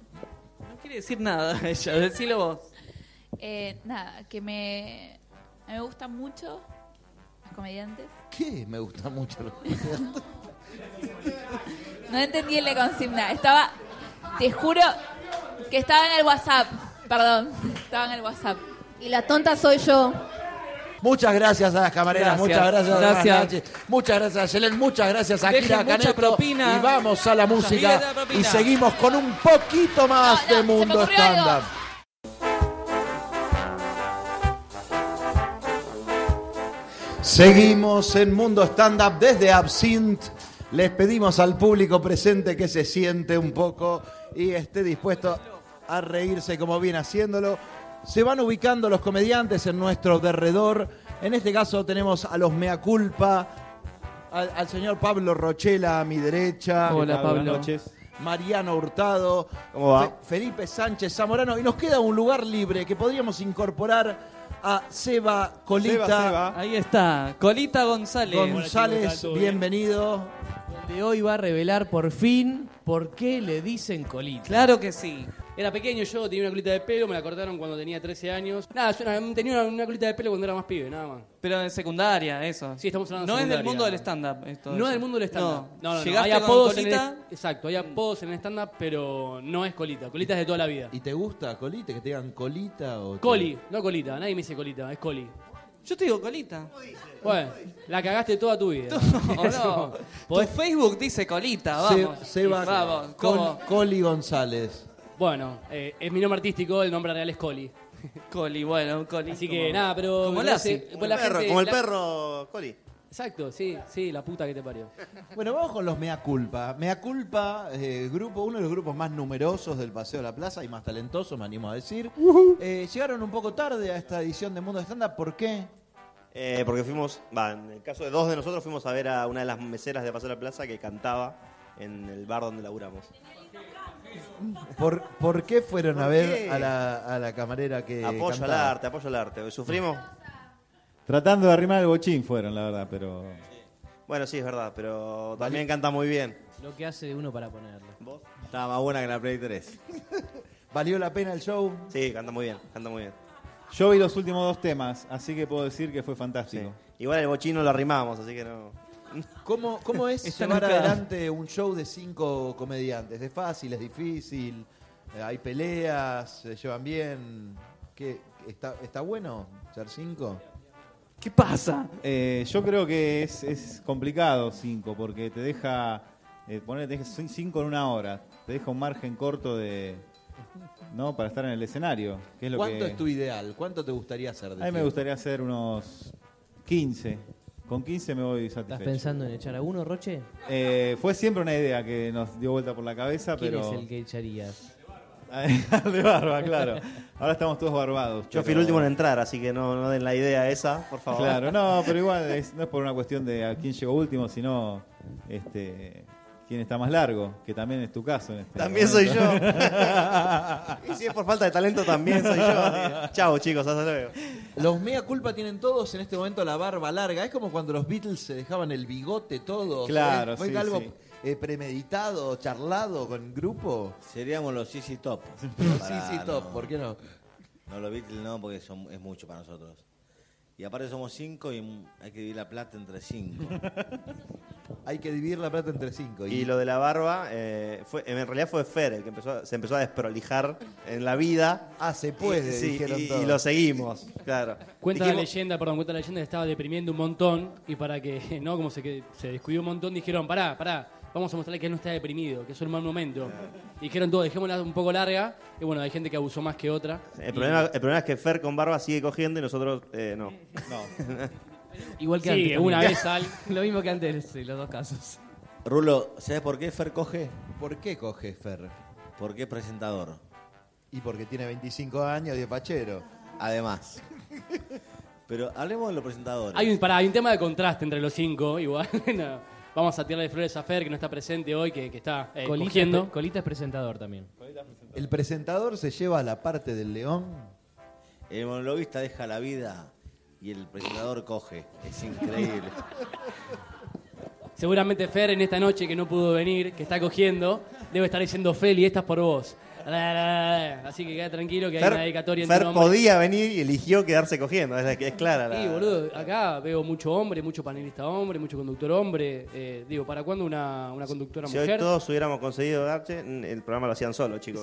Speaker 3: No quiere decir nada ella, decilo vos.
Speaker 5: Eh, nada, que me, a mí me gustan mucho los comediantes.
Speaker 2: ¿qué? Me gusta mucho los
Speaker 5: No entendí la consigna. Estaba, te juro que estaba en el WhatsApp. Perdón, estaba en el WhatsApp.
Speaker 7: Y la tonta soy yo.
Speaker 2: Muchas gracias a las camareras,
Speaker 3: Gracias.
Speaker 2: muchas gracias,
Speaker 3: Gracias.
Speaker 2: a Nachi, muchas gracias a Yelén, muchas gracias a
Speaker 3: Dejen
Speaker 2: Kira
Speaker 3: mucha
Speaker 2: Caneto.
Speaker 3: propina.
Speaker 2: Y vamos a la
Speaker 3: Muchas
Speaker 2: música
Speaker 3: gracias a la propina.
Speaker 2: y seguimos con un poquito más
Speaker 5: No, no,
Speaker 2: de
Speaker 5: se me
Speaker 2: Mundo
Speaker 5: ocurrió algo.
Speaker 2: Stand Up. Seguimos en Mundo Stand Up desde Absinthe. Les pedimos al público presente que se siente un poco y esté dispuesto a reírse como viene haciéndolo. Se van ubicando los comediantes en nuestro derredor. En este caso tenemos a los Mea Culpa, al, al señor Pablo Rochela a mi derecha,
Speaker 3: Hola,
Speaker 6: Buenas
Speaker 3: Pablo.
Speaker 6: noches.
Speaker 2: Mariano Hurtado,
Speaker 6: ¿Cómo va?
Speaker 2: Fe- Felipe Sánchez Zamorano. Y nos queda un lugar libre que podríamos incorporar a Seba Colita.
Speaker 6: Seba, Seba.
Speaker 3: Ahí está, Colita González.
Speaker 2: González, bienvenido.
Speaker 4: Donde hoy va a revelar por fin por qué le dicen colita.
Speaker 3: Claro que sí.
Speaker 11: Era pequeño yo, tenía una colita de pelo, me la cortaron cuando tenía 13 años. Nada, yo era- tenía una, una colita de pelo cuando era más pibe, nada más.
Speaker 3: Pero de secundaria, eso.
Speaker 11: Sí, estamos hablando de
Speaker 3: No es del
Speaker 11: secundaria.
Speaker 3: mundo del stand-up. esto,
Speaker 11: No
Speaker 3: eso.
Speaker 11: del mundo del stand-up. No, no, no.
Speaker 3: Llegaste
Speaker 11: Hay
Speaker 3: con
Speaker 11: apodos en el-
Speaker 3: Colita.
Speaker 11: Exacto, hay apodos en el stand-up, pero no es colita. Colita es de toda la vida.
Speaker 2: ¿Y te gusta Colita? ¿Que te digan Colita o te-
Speaker 11: Coli, no colita, nadie me dice colita, es coli.
Speaker 3: Yo te digo Colita.
Speaker 11: Bueno, la cagaste toda tu vida.
Speaker 3: Oh, no. Tu Facebook dice Colita,
Speaker 2: Se-
Speaker 3: vamos.
Speaker 2: Seba
Speaker 3: vamos,
Speaker 2: Col-
Speaker 3: ¿cómo?
Speaker 2: Coli González.
Speaker 11: Bueno, eh, es mi nombre artístico, el nombre real es Coli.
Speaker 3: Coli, bueno, Coli.
Speaker 11: Así
Speaker 3: como-
Speaker 11: que nada, pero.
Speaker 3: Como
Speaker 11: me
Speaker 3: Lassi.
Speaker 11: parece-
Speaker 10: Como el,
Speaker 11: la
Speaker 10: perro,
Speaker 11: gente-
Speaker 10: como el
Speaker 11: la-
Speaker 10: perro, Coli.
Speaker 11: Exacto, sí, sí, la puta que te parió.
Speaker 2: Bueno, vamos con los Mea Culpa. Mea Culpa, eh, grupo, uno de los grupos más numerosos del Paseo de la Plaza y más talentosos, me animo a decir. Eh, llegaron un poco tarde a esta edición de Mundo Estándar, ¿por qué?
Speaker 12: Eh, porque fuimos, va, en el caso de dos de nosotros fuimos a ver a una de las meseras de Paseo de la Plaza que cantaba en el bar donde laburamos.
Speaker 2: ¿Por, por qué fueron a
Speaker 12: ¿Por
Speaker 2: ver
Speaker 12: qué?
Speaker 2: a la, a la camarera que
Speaker 12: apoyo al
Speaker 2: cantaba? Mm.
Speaker 12: arte, apoyo al arte. ¿Sufrimos?
Speaker 13: Tratando de arrimar el bochín fueron, la verdad, pero...
Speaker 12: Bueno, sí, es verdad, pero también canta muy bien.
Speaker 4: Lo que hace de uno para ponerlo.
Speaker 12: ¿Vos? Estaba más buena que la Play 3.
Speaker 2: ¿Valió la pena el show?
Speaker 12: Sí, canta muy bien, canta muy bien.
Speaker 13: Yo vi los últimos dos temas, así que puedo decir que fue fantástico.
Speaker 12: Igual el bochino lo arrimamos, así que no.
Speaker 2: ¿Cómo, cómo es
Speaker 3: Esta
Speaker 2: llevar
Speaker 3: nunca-
Speaker 2: adelante un show de cinco comediantes? ¿Es fácil? ¿Es difícil? Eh, ¿Hay peleas? ¿Se llevan bien? ¿Qué, está, ¿Está bueno ser cinco?
Speaker 3: ¿Qué pasa?
Speaker 13: Eh, yo creo que es, es complicado cinco, porque te deja... Eh, poner, te deja cin- cinco en una hora. Te deja un margen corto de... ¿No? Para estar en el escenario. Que es lo
Speaker 2: ¿Cuánto
Speaker 13: que-
Speaker 2: es tu ideal? ¿Cuánto te gustaría hacer? de
Speaker 13: A mí me
Speaker 2: cinco?
Speaker 13: gustaría hacer unos 15. Con 15 me voy
Speaker 4: ¿Estás
Speaker 13: satisfecho.
Speaker 4: pensando en echar a uno, Roche?
Speaker 13: Eh, fue siempre una idea que nos dio vuelta por la cabeza,
Speaker 4: ¿Quién
Speaker 13: pero...
Speaker 4: es el que echarías?
Speaker 13: de barba, claro. Ahora estamos todos barbados.
Speaker 12: Yo fui el
Speaker 13: pero-
Speaker 12: último en entrar, así que no, no den la idea esa, por favor.
Speaker 13: Claro, no, pero igual es- no es por una cuestión de a quién llegó último, sino este, quién está más largo, que también es tu caso. En este
Speaker 12: También soy
Speaker 13: momento.
Speaker 12: yo. y si es por falta de talento, también soy yo. Chao, chicos, hasta luego.
Speaker 2: Los mea culpa tienen todos en este momento la barba larga. Es como cuando los Beatles se dejaban el bigote todos.
Speaker 13: Claro,
Speaker 2: ¿eh? Fue
Speaker 13: sí,
Speaker 2: algo
Speaker 13: sí.
Speaker 2: eh, premeditado, charlado con grupo.
Speaker 10: Seríamos los CC Top.
Speaker 2: sí,
Speaker 10: Pará,
Speaker 2: sí, top,
Speaker 10: no.
Speaker 2: ¿por qué no?
Speaker 10: No, los Beatles no, porque son- es mucho para nosotros. Y aparte somos cinco y mm, hay que dividir la plata entre cinco.
Speaker 2: Hay que dividir la plata entre cinco.
Speaker 12: Y lo de la barba, eh, fue, en realidad fue Fer el que empezó, se empezó a desprolijar en la vida.
Speaker 2: Ah, se puede,
Speaker 12: Y, sí,
Speaker 2: dijeron
Speaker 12: y- y
Speaker 2: todos.
Speaker 12: lo seguimos, claro.
Speaker 11: Cuenta la
Speaker 12: Dijimos-
Speaker 11: leyenda, perdón, cuenta la leyenda que estaba deprimiendo un montón y para que, ¿no? Como se, que, se descubrió un montón, dijeron, pará, pará, vamos a mostrarle que él no está deprimido, que es un mal momento. Y dijeron todo, dejémosla un poco larga y bueno, hay gente que abusó más que otra.
Speaker 12: El
Speaker 11: Y-
Speaker 12: problema, el problema es que Fer con barba sigue cogiendo y nosotros eh, no.
Speaker 4: Igual que
Speaker 11: Sí,
Speaker 4: antes.
Speaker 11: una
Speaker 4: también.
Speaker 11: vez al-
Speaker 4: Lo mismo que antes, sí, los dos casos.
Speaker 10: Rulo, ¿sabes por qué Fer coge?
Speaker 2: ¿Por qué coge Fer?
Speaker 10: ¿Por qué presentador?
Speaker 2: Y porque tiene 25 años y es pachero.
Speaker 10: Además. Pero hablemos de los presentadores.
Speaker 11: Hay un, pará, hay un tema de contraste entre los cinco, igual. no. Vamos a tirarle flores a Fer, que no está presente hoy, que, que está eh,
Speaker 4: Colita,
Speaker 11: cogiendo.
Speaker 4: es- Colita es presentador también.
Speaker 2: El presentador se lleva la parte del león.
Speaker 10: El monologuista deja la vida y el presentador coge. Es increíble.
Speaker 11: Seguramente Fer en esta noche que no pudo venir, que está cogiendo, debe estar diciendo Feli, esta es por vos. La, la, la, la. Así que queda tranquilo que hay
Speaker 12: Fer,
Speaker 11: una dedicatoria
Speaker 12: Fer
Speaker 11: entre hombres.
Speaker 12: podía venir y eligió quedarse cogiendo, es, la que- es clara la.
Speaker 11: Sí, boludo, acá veo mucho hombre, mucho panelista hombre, mucho conductor hombre. Eh, digo, ¿para cuándo una, una conductora
Speaker 12: Si hoy
Speaker 11: mujer?
Speaker 12: todos hubiéramos conseguido Garche, el programa lo hacían solo, chicos.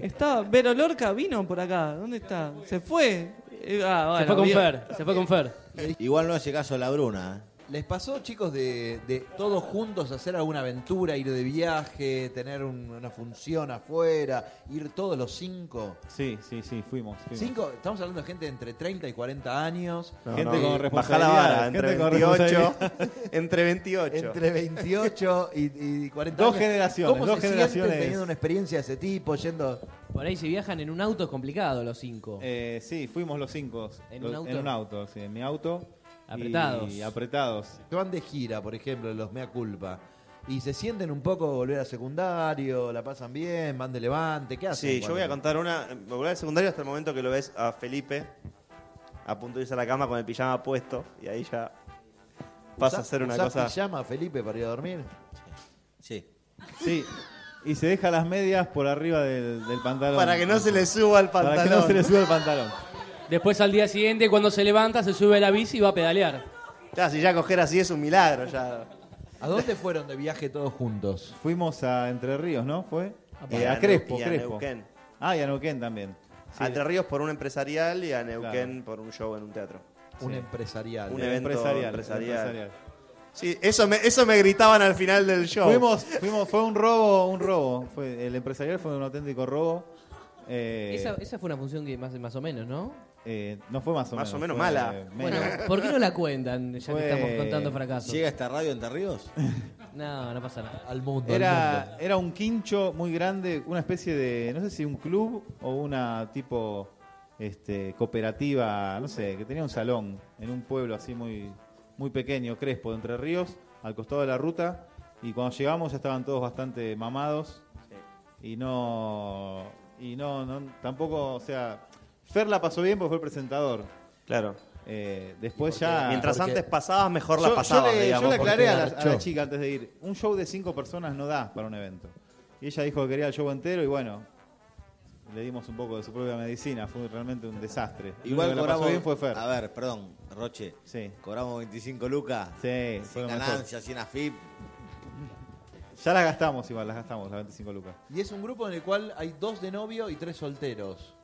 Speaker 3: Está, Vero Lorca vino por acá. ¿Dónde está? Se fue. Eh, ah, bueno, bien.
Speaker 11: se fue con Fer.
Speaker 10: Igual no hace caso a la Bruna. ¿eh?
Speaker 2: ¿Les pasó, chicos, de, de todos juntos hacer alguna aventura, ir de viaje, tener un- una función afuera, ir todos los cinco?
Speaker 13: Sí, sí, sí, fuimos. fuimos.
Speaker 2: Cinco, estamos hablando de gente entre 30 y 40 años.
Speaker 13: No, Gente no, con
Speaker 2: Eh,
Speaker 12: Baja la vara,
Speaker 13: Gente
Speaker 12: entre
Speaker 13: con
Speaker 12: 28.
Speaker 13: responsabilidad.
Speaker 12: entre 28.
Speaker 2: Entre 28 y, y 40
Speaker 13: Dos
Speaker 2: años.
Speaker 13: generaciones,
Speaker 2: ¿Cómo
Speaker 13: dos
Speaker 2: se
Speaker 13: generaciones.
Speaker 2: sienten teniendo una experiencia de ese tipo, yendo...
Speaker 4: Por ahí si viajan en un auto es complicado los cinco.
Speaker 13: Eh, sí, fuimos los cinco.
Speaker 4: ¿En
Speaker 13: Los-
Speaker 4: un auto?
Speaker 13: En un auto, sí, en mi auto.
Speaker 4: Apretados.
Speaker 13: Y apretados.
Speaker 2: que van de gira, por ejemplo, los mea culpa, y se sienten un poco volver a secundario, la pasan bien, van de levante, ¿qué hacen?
Speaker 12: Sí, yo voy a
Speaker 2: cuando-
Speaker 12: contar una. Me volví al secundario hasta el momento que lo ves a Felipe a punto de irse a la cama con el pijama puesto y ahí ya pasa a
Speaker 2: ¿Usás-
Speaker 12: ser una
Speaker 2: usás
Speaker 12: cosa.
Speaker 2: pijama, Felipe, para ir a dormir?
Speaker 10: Sí.
Speaker 13: Sí. Y se deja las medias por arriba del, del pantalón.
Speaker 12: Para que no se le suba el
Speaker 13: Para que
Speaker 12: pantalón.
Speaker 13: no se le suba el pantalón.
Speaker 11: Después al día siguiente, cuando se levanta, se sube a la bici y va a pedalear.
Speaker 12: Ya, si ya coger así es un milagro. Ya.
Speaker 2: ¿A dónde fueron de viaje todos juntos?
Speaker 13: Fuimos a Entre Ríos, ¿no? ¿Fue?
Speaker 12: Ah, Y
Speaker 13: Eh,
Speaker 12: a
Speaker 13: a Crespo,
Speaker 12: Neu- y a
Speaker 13: Crespo.
Speaker 12: Neuquén.
Speaker 13: Ah, y a Neuquén también. Sí.
Speaker 12: A Entre Ríos por un empresarial y a Neuquén por un show en un teatro.
Speaker 2: Un
Speaker 13: Sí.
Speaker 2: empresarial.
Speaker 12: Un
Speaker 13: El
Speaker 12: evento
Speaker 13: empresarial, el
Speaker 12: empresarial.
Speaker 13: empresarial.
Speaker 12: Sí, eso me, eso me gritaban al final del show.
Speaker 13: Fuimos, fuimos, fue un robo, un robo. Fue, el empresarial fue un auténtico robo. Eh,
Speaker 4: Esa, esa fue una función que más, más o menos, ¿no?
Speaker 13: eh, no fue más o
Speaker 12: Más o menos
Speaker 13: menos.
Speaker 12: mala.
Speaker 4: Bueno, ¿por qué no la cuentan ya
Speaker 13: Fue-
Speaker 4: que estamos contando fracasos?
Speaker 10: ¿Llega esta radio Entre Ríos?
Speaker 4: No, no pasa nada.
Speaker 2: Al mundo. al
Speaker 13: Era,
Speaker 2: mundo.
Speaker 13: era un quincho muy grande, una especie de, no sé si un club o una tipo este, cooperativa, no sé, que tenía un salón en un pueblo así muy, muy pequeño, Crespo, de Entre Ríos, al costado de la ruta. Y cuando llegamos ya estaban todos bastante mamados.
Speaker 10: ¿eh?
Speaker 13: Y no, y no, no, tampoco, o sea, Fer la pasó bien porque fue el presentador.
Speaker 12: Claro.
Speaker 13: Eh, después ya...
Speaker 12: Mientras
Speaker 2: porque-
Speaker 12: antes pasabas, mejor
Speaker 13: Yo-
Speaker 12: la pasabas,
Speaker 13: yo le,
Speaker 12: digamos.
Speaker 13: yo le
Speaker 12: porque-
Speaker 13: aclaré a la,
Speaker 2: garchó.
Speaker 13: a la chica antes de ir. Un show de cinco personas no da para un evento. Y ella dijo que quería el show entero y bueno, le dimos un poco de su propia medicina. Fue realmente un desastre. El
Speaker 10: Igual
Speaker 13: único que la pasó
Speaker 10: cobramos.
Speaker 13: bien fue Fer.
Speaker 10: A ver, perdón, Roche.
Speaker 13: Sí.
Speaker 10: Cobramos 25 lucas.
Speaker 13: Sí, fue
Speaker 10: Sin
Speaker 13: lo mejor.
Speaker 10: ganancias, sin AFIP.
Speaker 13: Ya las gastamos igual, las gastamos, las 25 lucas.
Speaker 2: Y es un grupo en el cual hay dos de novio y tres solteros.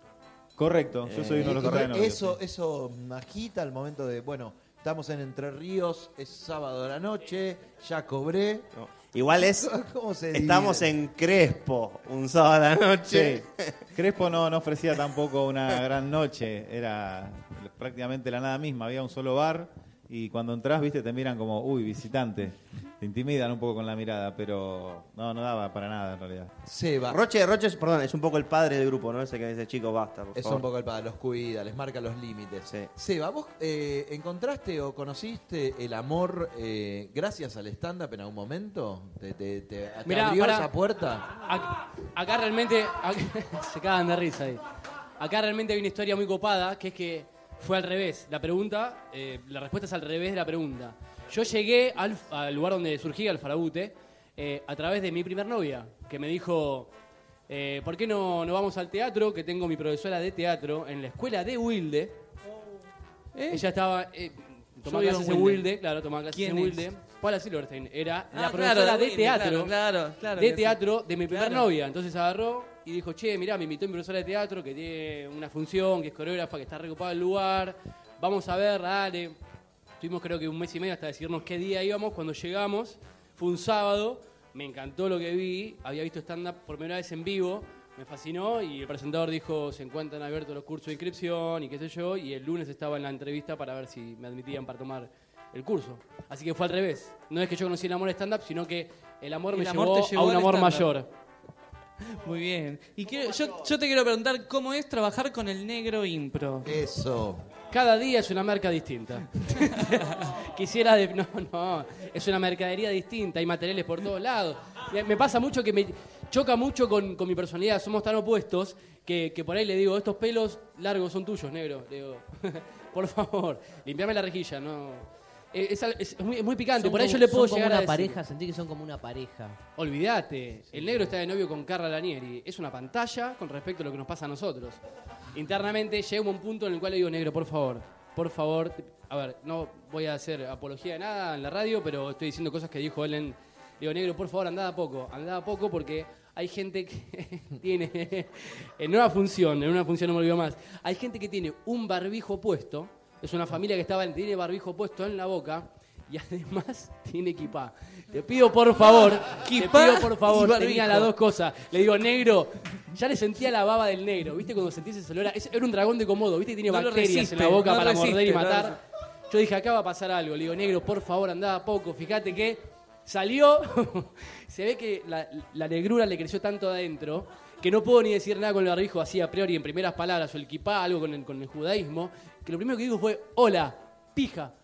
Speaker 13: Correcto, yo soy uno de los que
Speaker 12: Eh,
Speaker 13: está de novio,
Speaker 2: Eh, eso,
Speaker 13: sí.
Speaker 2: eso agita al momento de, bueno, estamos en Entre Ríos, es sábado a la noche, ya cobré.
Speaker 12: No. Igual es.
Speaker 2: ¿Cómo se divide?
Speaker 12: Estamos en Crespo un sábado a la noche.
Speaker 13: Sí. Crespo no, no ofrecía tampoco una gran noche, era prácticamente la nada misma, había un solo bar y cuando entras, viste, te miran como, uy, visitante, te intimidan un poco con la mirada, pero no, no daba para nada en realidad.
Speaker 2: Seba.
Speaker 12: Roche, Roche, es- perdón, es un poco el padre del grupo, ¿no? Ese que dice, chico, basta, por
Speaker 2: Es
Speaker 12: favor.
Speaker 2: un poco el padre, los cuida, les marca los límites.
Speaker 12: Sí.
Speaker 2: Seba, ¿vos eh, encontraste o conociste el amor eh, gracias al stand-up en algún momento? ¿Te, te- te- te
Speaker 11: Mirá,
Speaker 2: abrió
Speaker 11: pará.
Speaker 2: esa puerta?
Speaker 11: Ac- Acá realmente. ac- se cagan de risa ahí. Acá realmente hay una historia muy copada que es que fue al revés. La pregunta, eh, la respuesta es al revés de la pregunta. Yo llegué al, al lugar donde surgía al Farabute eh, a través de mi primer novia que me dijo. eh, ¿Por qué no, no vamos al teatro? Que tengo mi profesora de teatro en la escuela de Wilde. Ella estaba. eh, tomaba
Speaker 3: Yo vivo
Speaker 11: clases
Speaker 3: en
Speaker 11: en
Speaker 3: Wilde.
Speaker 11: Wilde, claro, tomaba clases
Speaker 3: ¿Quién
Speaker 11: en
Speaker 3: es?
Speaker 11: Wilde. Paula Silverstein era
Speaker 3: Ah,
Speaker 11: la
Speaker 3: claro,
Speaker 11: profesora
Speaker 3: de
Speaker 11: de,
Speaker 3: Whitney,
Speaker 11: teatro.
Speaker 3: claro, claro, claro
Speaker 11: De
Speaker 3: que sí.
Speaker 11: teatro de mi primer
Speaker 3: Claro.
Speaker 11: novia. Entonces agarró y dijo, che, mirá, me invitó mi profesora de teatro que tiene una función, que es coreógrafa, que está recopada el lugar. Vamos a ver, dale. Tuvimos creo que un mes y medio hasta decirnos qué día íbamos. Cuando llegamos, fue un sábado, me encantó lo que vi, había visto stand-up por primera vez en vivo, me fascinó y el presentador dijo, se encuentran abiertos los cursos de inscripción y qué sé yo, y el lunes estaba en la entrevista para ver si me admitían para tomar el curso. Así que fue al revés. No es que yo conocí el amor al stand-up, sino que el amor
Speaker 3: El
Speaker 11: me
Speaker 3: amor
Speaker 11: llevó,
Speaker 3: te llevó
Speaker 11: a un
Speaker 3: al
Speaker 11: amor
Speaker 3: stand-up.
Speaker 11: mayor.
Speaker 3: Muy bien. Y quiero- yo, yo te quiero preguntar cómo es trabajar con el negro impro.
Speaker 2: Eso.
Speaker 11: Cada día es una marca distinta. Quisiera... de- no, no. Es una mercadería distinta. Hay materiales por todos lados. Me- Me pasa mucho que me choca mucho con, con mi personalidad. Somos tan opuestos que, que por ahí le digo, estos pelos largos son tuyos, negro. Le digo, por favor, limpiame la rejilla. no Es, es al- es muy, es muy picante.
Speaker 4: Son
Speaker 11: por ahí
Speaker 4: como-
Speaker 11: yo le
Speaker 4: son
Speaker 11: puedo
Speaker 4: como
Speaker 11: llegar a
Speaker 4: una
Speaker 11: decir-
Speaker 4: pareja, sentí que son como una pareja.
Speaker 11: Olvídate, el negro está de novio con Carla Lanieri. Es una pantalla con respecto a lo que nos pasa a nosotros. Internamente llega un punto en el cual le digo, negro, por favor, por favor. te- A ver, no voy a hacer apología de nada en la radio, pero estoy diciendo cosas que dijo él en. Digo, negro, por favor, andá a poco, andá a poco porque hay gente que tiene. En una función, en una función no me olvido más. Hay gente que tiene un barbijo puesto. Es una familia que estaba, tiene barbijo puesto en la boca y además tiene equipá. Te pido por favor, te
Speaker 3: Kipá
Speaker 11: pido por
Speaker 3: y
Speaker 11: favor,
Speaker 3: barbijo.
Speaker 11: tenía las dos cosas. Le digo, negro, ya le sentía la baba del negro, ¿viste? Cuando sentís ese olor, a- es- era un dragón de comodo, ¿viste? Tiene
Speaker 3: No lo
Speaker 11: bacterias
Speaker 3: resiste,
Speaker 11: en la boca
Speaker 3: no
Speaker 11: para
Speaker 3: resiste,
Speaker 11: morder y
Speaker 3: no
Speaker 11: matar. Yo dije, acá va a pasar algo. Le digo, negro, por favor, andá a poco. Fíjate que salió, se ve que la, la negrura le creció tanto adentro que no puedo ni decir nada con el barbijo así a priori, en primeras palabras, o el kipá, algo con el, con el judaísmo, que lo primero que dijo fue, hola, pija.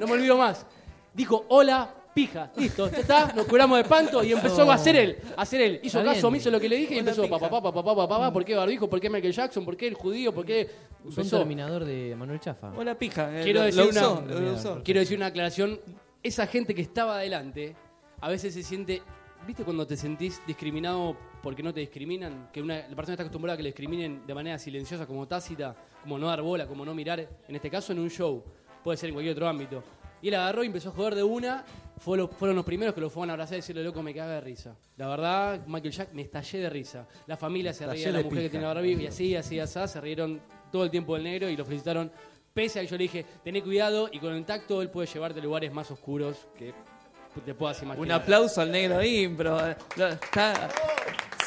Speaker 11: No me olvido más. Dijo, hola, pija. Listo, ya está, nos curamos de espanto y empezó a hacer él, a hacer él. Hizo
Speaker 3: Está
Speaker 11: caso
Speaker 3: bien.
Speaker 11: omiso a lo que le dije y
Speaker 3: Hola,
Speaker 11: empezó,
Speaker 3: pija.
Speaker 11: papá, papá, papá, papá, papá, ¿por qué barbijo? ¿Por qué Michael Jackson? ¿Por qué el judío? ¿Por qué...?
Speaker 4: Son
Speaker 11: Empezó.
Speaker 4: terminador de Manuel Chafa.
Speaker 3: Hola, pija. Eh,
Speaker 11: Quiero
Speaker 3: lo-
Speaker 11: decir,
Speaker 3: lo
Speaker 11: una,
Speaker 3: usó, lo
Speaker 11: Bien,
Speaker 3: usó.
Speaker 11: quiero decir una aclaración. Esa gente que estaba adelante a veces se siente. ¿Viste cuando te sentís discriminado porque no te discriminan? Que una, la persona está acostumbrada a que le discriminen de manera silenciosa, como tácita, como no dar bola, como no mirar. En este caso, en un show. Puede ser en cualquier otro ámbito. Y él agarró y empezó a joder de una. Fue lo- fueron los primeros que lo fueron a abrazar y decirle, loco, me caga de risa. La verdad, Michael Jack, me estallé de risa. La familia se
Speaker 3: Estallé
Speaker 11: reía, la
Speaker 3: de
Speaker 11: mujer que
Speaker 3: pija.
Speaker 11: tiene la barbijo, y así, así, así, se rieron todo el tiempo del negro y lo felicitaron. Pese a que yo le dije, tené cuidado y con el tacto él puede llevarte a lugares más oscuros que te puedas imaginar.
Speaker 3: Un aplauso al negro impro. Eh, lo- Está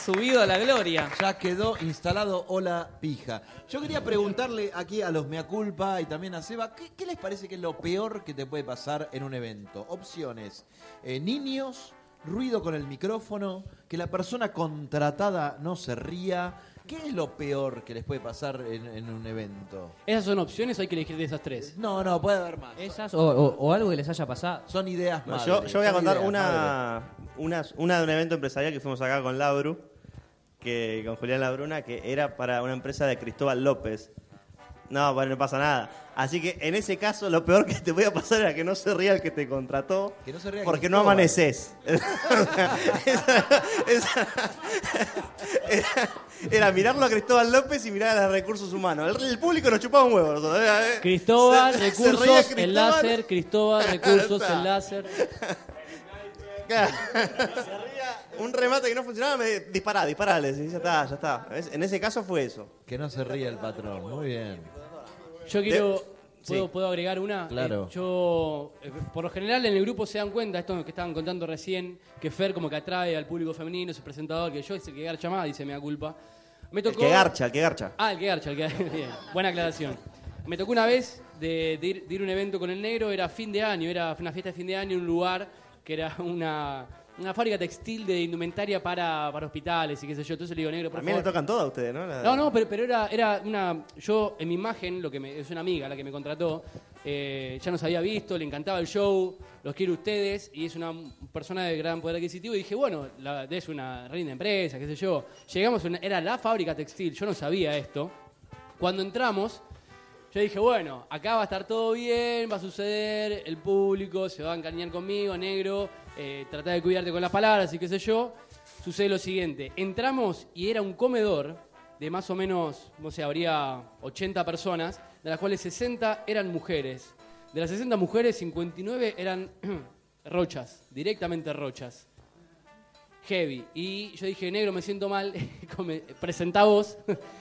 Speaker 3: subido a la gloria.
Speaker 2: Ya quedó instalado Hola Pija. Yo quería preguntarle aquí a los Mea Culpa y también a Seba, ¿qué, qué les parece que es lo peor que te puede pasar en un evento? Opciones, eh, niños, ruido con el micrófono, que la persona contratada no se ría. ¿Qué es lo peor que les puede pasar en, en un evento?
Speaker 11: Esas son opciones, hay que elegir de esas tres.
Speaker 2: No, no, puede haber más.
Speaker 4: Esas O, o- o algo que les haya pasado.
Speaker 2: Son ideas
Speaker 12: No,
Speaker 2: madres,
Speaker 12: yo, yo voy a
Speaker 2: son
Speaker 12: contar
Speaker 2: ideas madres.
Speaker 12: una, una, una de un evento empresarial que fuimos acá con Labru, que, con Julián Labruna, que era para una empresa de Cristóbal López. No, bueno, no pasa nada. Así que en ese caso lo peor que te voy a pasar era que no se ría el que te contrató
Speaker 2: Que no se ría
Speaker 12: porque no
Speaker 2: Cristóbal.
Speaker 12: amaneces. Esa- esa- era, era mirarlo a Cristóbal López y mirar a los recursos humanos. El, el público nos chupaba un huevo. nosotros, eh, eh.
Speaker 11: Cristóbal,
Speaker 12: Se- se
Speaker 11: recursos,
Speaker 12: reía
Speaker 11: el
Speaker 12: Cristóbal.
Speaker 11: láser, Cristóbal, recursos,
Speaker 12: Está.
Speaker 11: el láser.
Speaker 12: Claro. Un remate que no funcionaba, me dispará, dispará, le decís, ya está, ya está. Es- En ese caso fue eso.
Speaker 2: Que no se ría el patrón, muy bien.
Speaker 11: Yo quiero.
Speaker 12: Sí.
Speaker 11: ¿puedo, puedo agregar una?
Speaker 2: Claro.
Speaker 11: Eh, yo. eh, por lo general en el grupo se dan cuenta, esto que estaban contando recién, que Fer como que atrae al público femenino, es el presentador, que yo es el que garcha más, dice, me da culpa. Me
Speaker 12: El
Speaker 11: tocó.
Speaker 12: que garcha, el que garcha.
Speaker 11: Ah, el que garcha, el que bien, Buena aclaración. Me tocó una vez de, de ir, de ir a un evento con el negro, era fin de año, era una fiesta de fin de año en un lugar que era una, una fábrica textil de indumentaria para, para hospitales y qué sé yo. Entonces le digo, negro, por
Speaker 12: También le
Speaker 11: favor.
Speaker 12: tocan todo a ustedes, ¿no? La-
Speaker 11: No, no, pero, pero era, era una. Yo, en mi imagen, lo que me- es una amiga la que me contrató, eh, ya nos había visto, le encantaba el show, los quiero a ustedes, y es una persona de gran poder adquisitivo. Y dije, bueno, la, es una reina empresa, qué sé yo. Llegamos, a una- era la fábrica textil, yo no sabía esto. Cuando entramos, yo dije, bueno, acá va a estar todo bien, va a suceder, el público se va a encariñar conmigo, negro, eh, tratá de cuidarte con las palabras y qué sé yo. Sucede lo siguiente, entramos y era un comedor de más o menos, no sé, habría 80 personas, de las cuales 60 eran mujeres. De las 60 mujeres, 59 eran Rochas, directamente Rochas. Heavy. Y yo dije, negro, me siento mal. come- Presentá vos.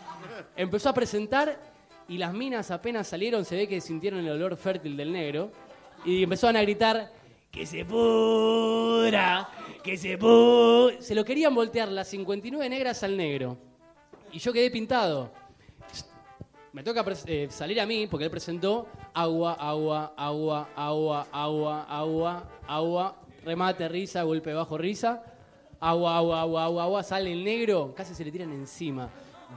Speaker 11: Empezó a presentar y las minas apenas salieron, se ve que sintieron el olor fértil del negro. Y empezaron a gritar, que se pudra, que se pudra. Se lo querían voltear las 59 negras al negro. Y yo quedé pintado. Me toca pres- eh, salir a mí porque él presentó agua, agua, agua, agua, agua, agua, agua, remate, risa, golpe bajo, risa. Agua, agua, agua, agua, agua, sale el negro, casi se le tiran encima.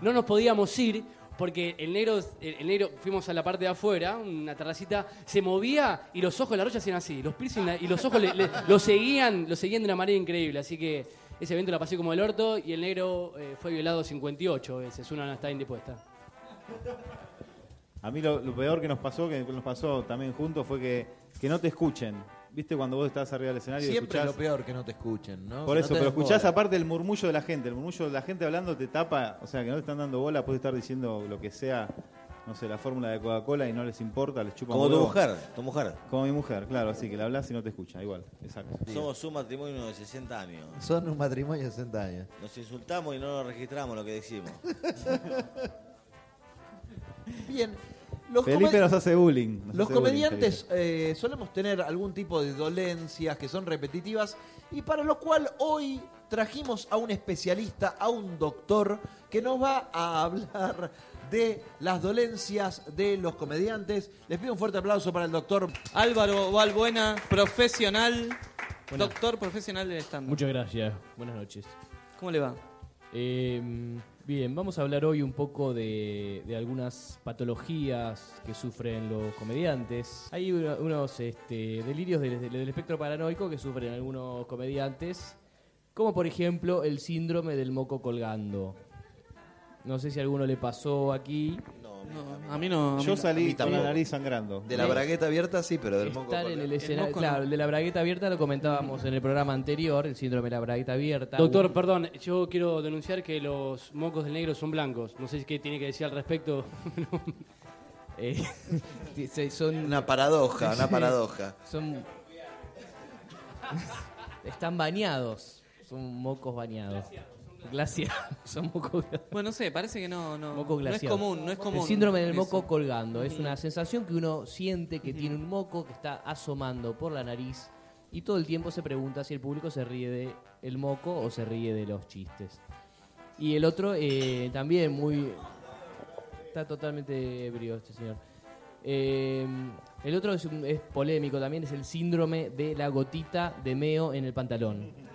Speaker 11: No nos podíamos ir porque el negro, el, el negro fuimos a la parte de afuera, una terracita, se movía y los ojos de la rocha hacían así, los piercing la- y los ojos le- le- lo seguían, lo seguían de una manera increíble, así que ese evento la pasé como el orto y el negro eh, fue violado 58 veces, una no está indispuesta.
Speaker 13: A mí lo, lo peor que nos pasó, que nos pasó también juntos, fue que, que no te escuchen. ¿Viste cuando vos estás arriba del escenario y
Speaker 2: Siempre
Speaker 13: escuchás?
Speaker 2: es lo peor que no te escuchen, ¿no?
Speaker 13: Por
Speaker 2: Que
Speaker 13: eso,
Speaker 2: no te
Speaker 13: pero
Speaker 2: den
Speaker 13: escuchás
Speaker 2: bola.
Speaker 13: aparte el murmullo de la gente. El murmullo de la gente hablando te tapa, o sea, que no te están dando bola, puedes estar diciendo lo que sea, no sé, la fórmula de Coca-Cola y no les importa, les chupa
Speaker 10: Como tu mujer, tu mujer.
Speaker 13: Como mi mujer, claro, así que la hablas y no te escucha, igual, exacto.
Speaker 10: Somos un matrimonio de 60 años.
Speaker 2: Son un matrimonio de 60 años.
Speaker 10: Nos insultamos y no nos registramos lo que decimos.
Speaker 2: Bien. Los
Speaker 13: Felipe
Speaker 2: comen-
Speaker 13: nos hace bullying. nos
Speaker 2: Los
Speaker 13: hace bullying,
Speaker 2: comediantes eh, solemos tener algún tipo de dolencias que son repetitivas y para lo cual hoy trajimos a un especialista, a un doctor, que nos va a hablar de las dolencias de los comediantes. Les pido un fuerte aplauso para el doctor
Speaker 3: Álvaro Valbuena, profesional, doctor profesional del stand
Speaker 4: Muchas gracias. Buenas noches. Eh,
Speaker 3: ¿Cómo le va?
Speaker 4: bien, vamos a hablar hoy un poco de, de algunas patologías que sufren los comediantes. Hay una- unos este, delirios del, del espectro paranoico que sufren algunos comediantes, como por ejemplo el síndrome del moco colgando. No sé si a alguno le pasó aquí.
Speaker 3: a mí no.
Speaker 13: Yo salí con la nariz sangrando.
Speaker 2: De la bragueta abierta, sí, pero del moco.
Speaker 4: Estar en
Speaker 2: colgado.
Speaker 4: el escenario, claro, el de la bragueta abierta lo comentábamos en el programa anterior, el síndrome de la bragueta abierta.
Speaker 11: Doctor, perdón, yo quiero denunciar que los mocos del negro son blancos. No sé qué tiene que decir al respecto.
Speaker 4: Eh, se- son-
Speaker 2: Una paradoja, una paradoja.
Speaker 4: Son están bañados, son mocos bañados. Glaciados, son mocos
Speaker 3: Bueno, no sé, parece que no, no,
Speaker 4: moco
Speaker 3: no es
Speaker 4: glaciado.
Speaker 3: común, no es común.
Speaker 4: El síndrome del
Speaker 3: eso.
Speaker 4: moco colgando. Es
Speaker 3: Ujú.
Speaker 4: una sensación que uno siente que tiene un moco que está asomando por la nariz y todo el tiempo se pregunta si el público se ríe de el moco o se ríe de los chistes. Y el otro eh, también muy... Está totalmente ebrio este señor. Eh, el otro es, un- es polémico también, es el síndrome de la gotita de meo en el pantalón.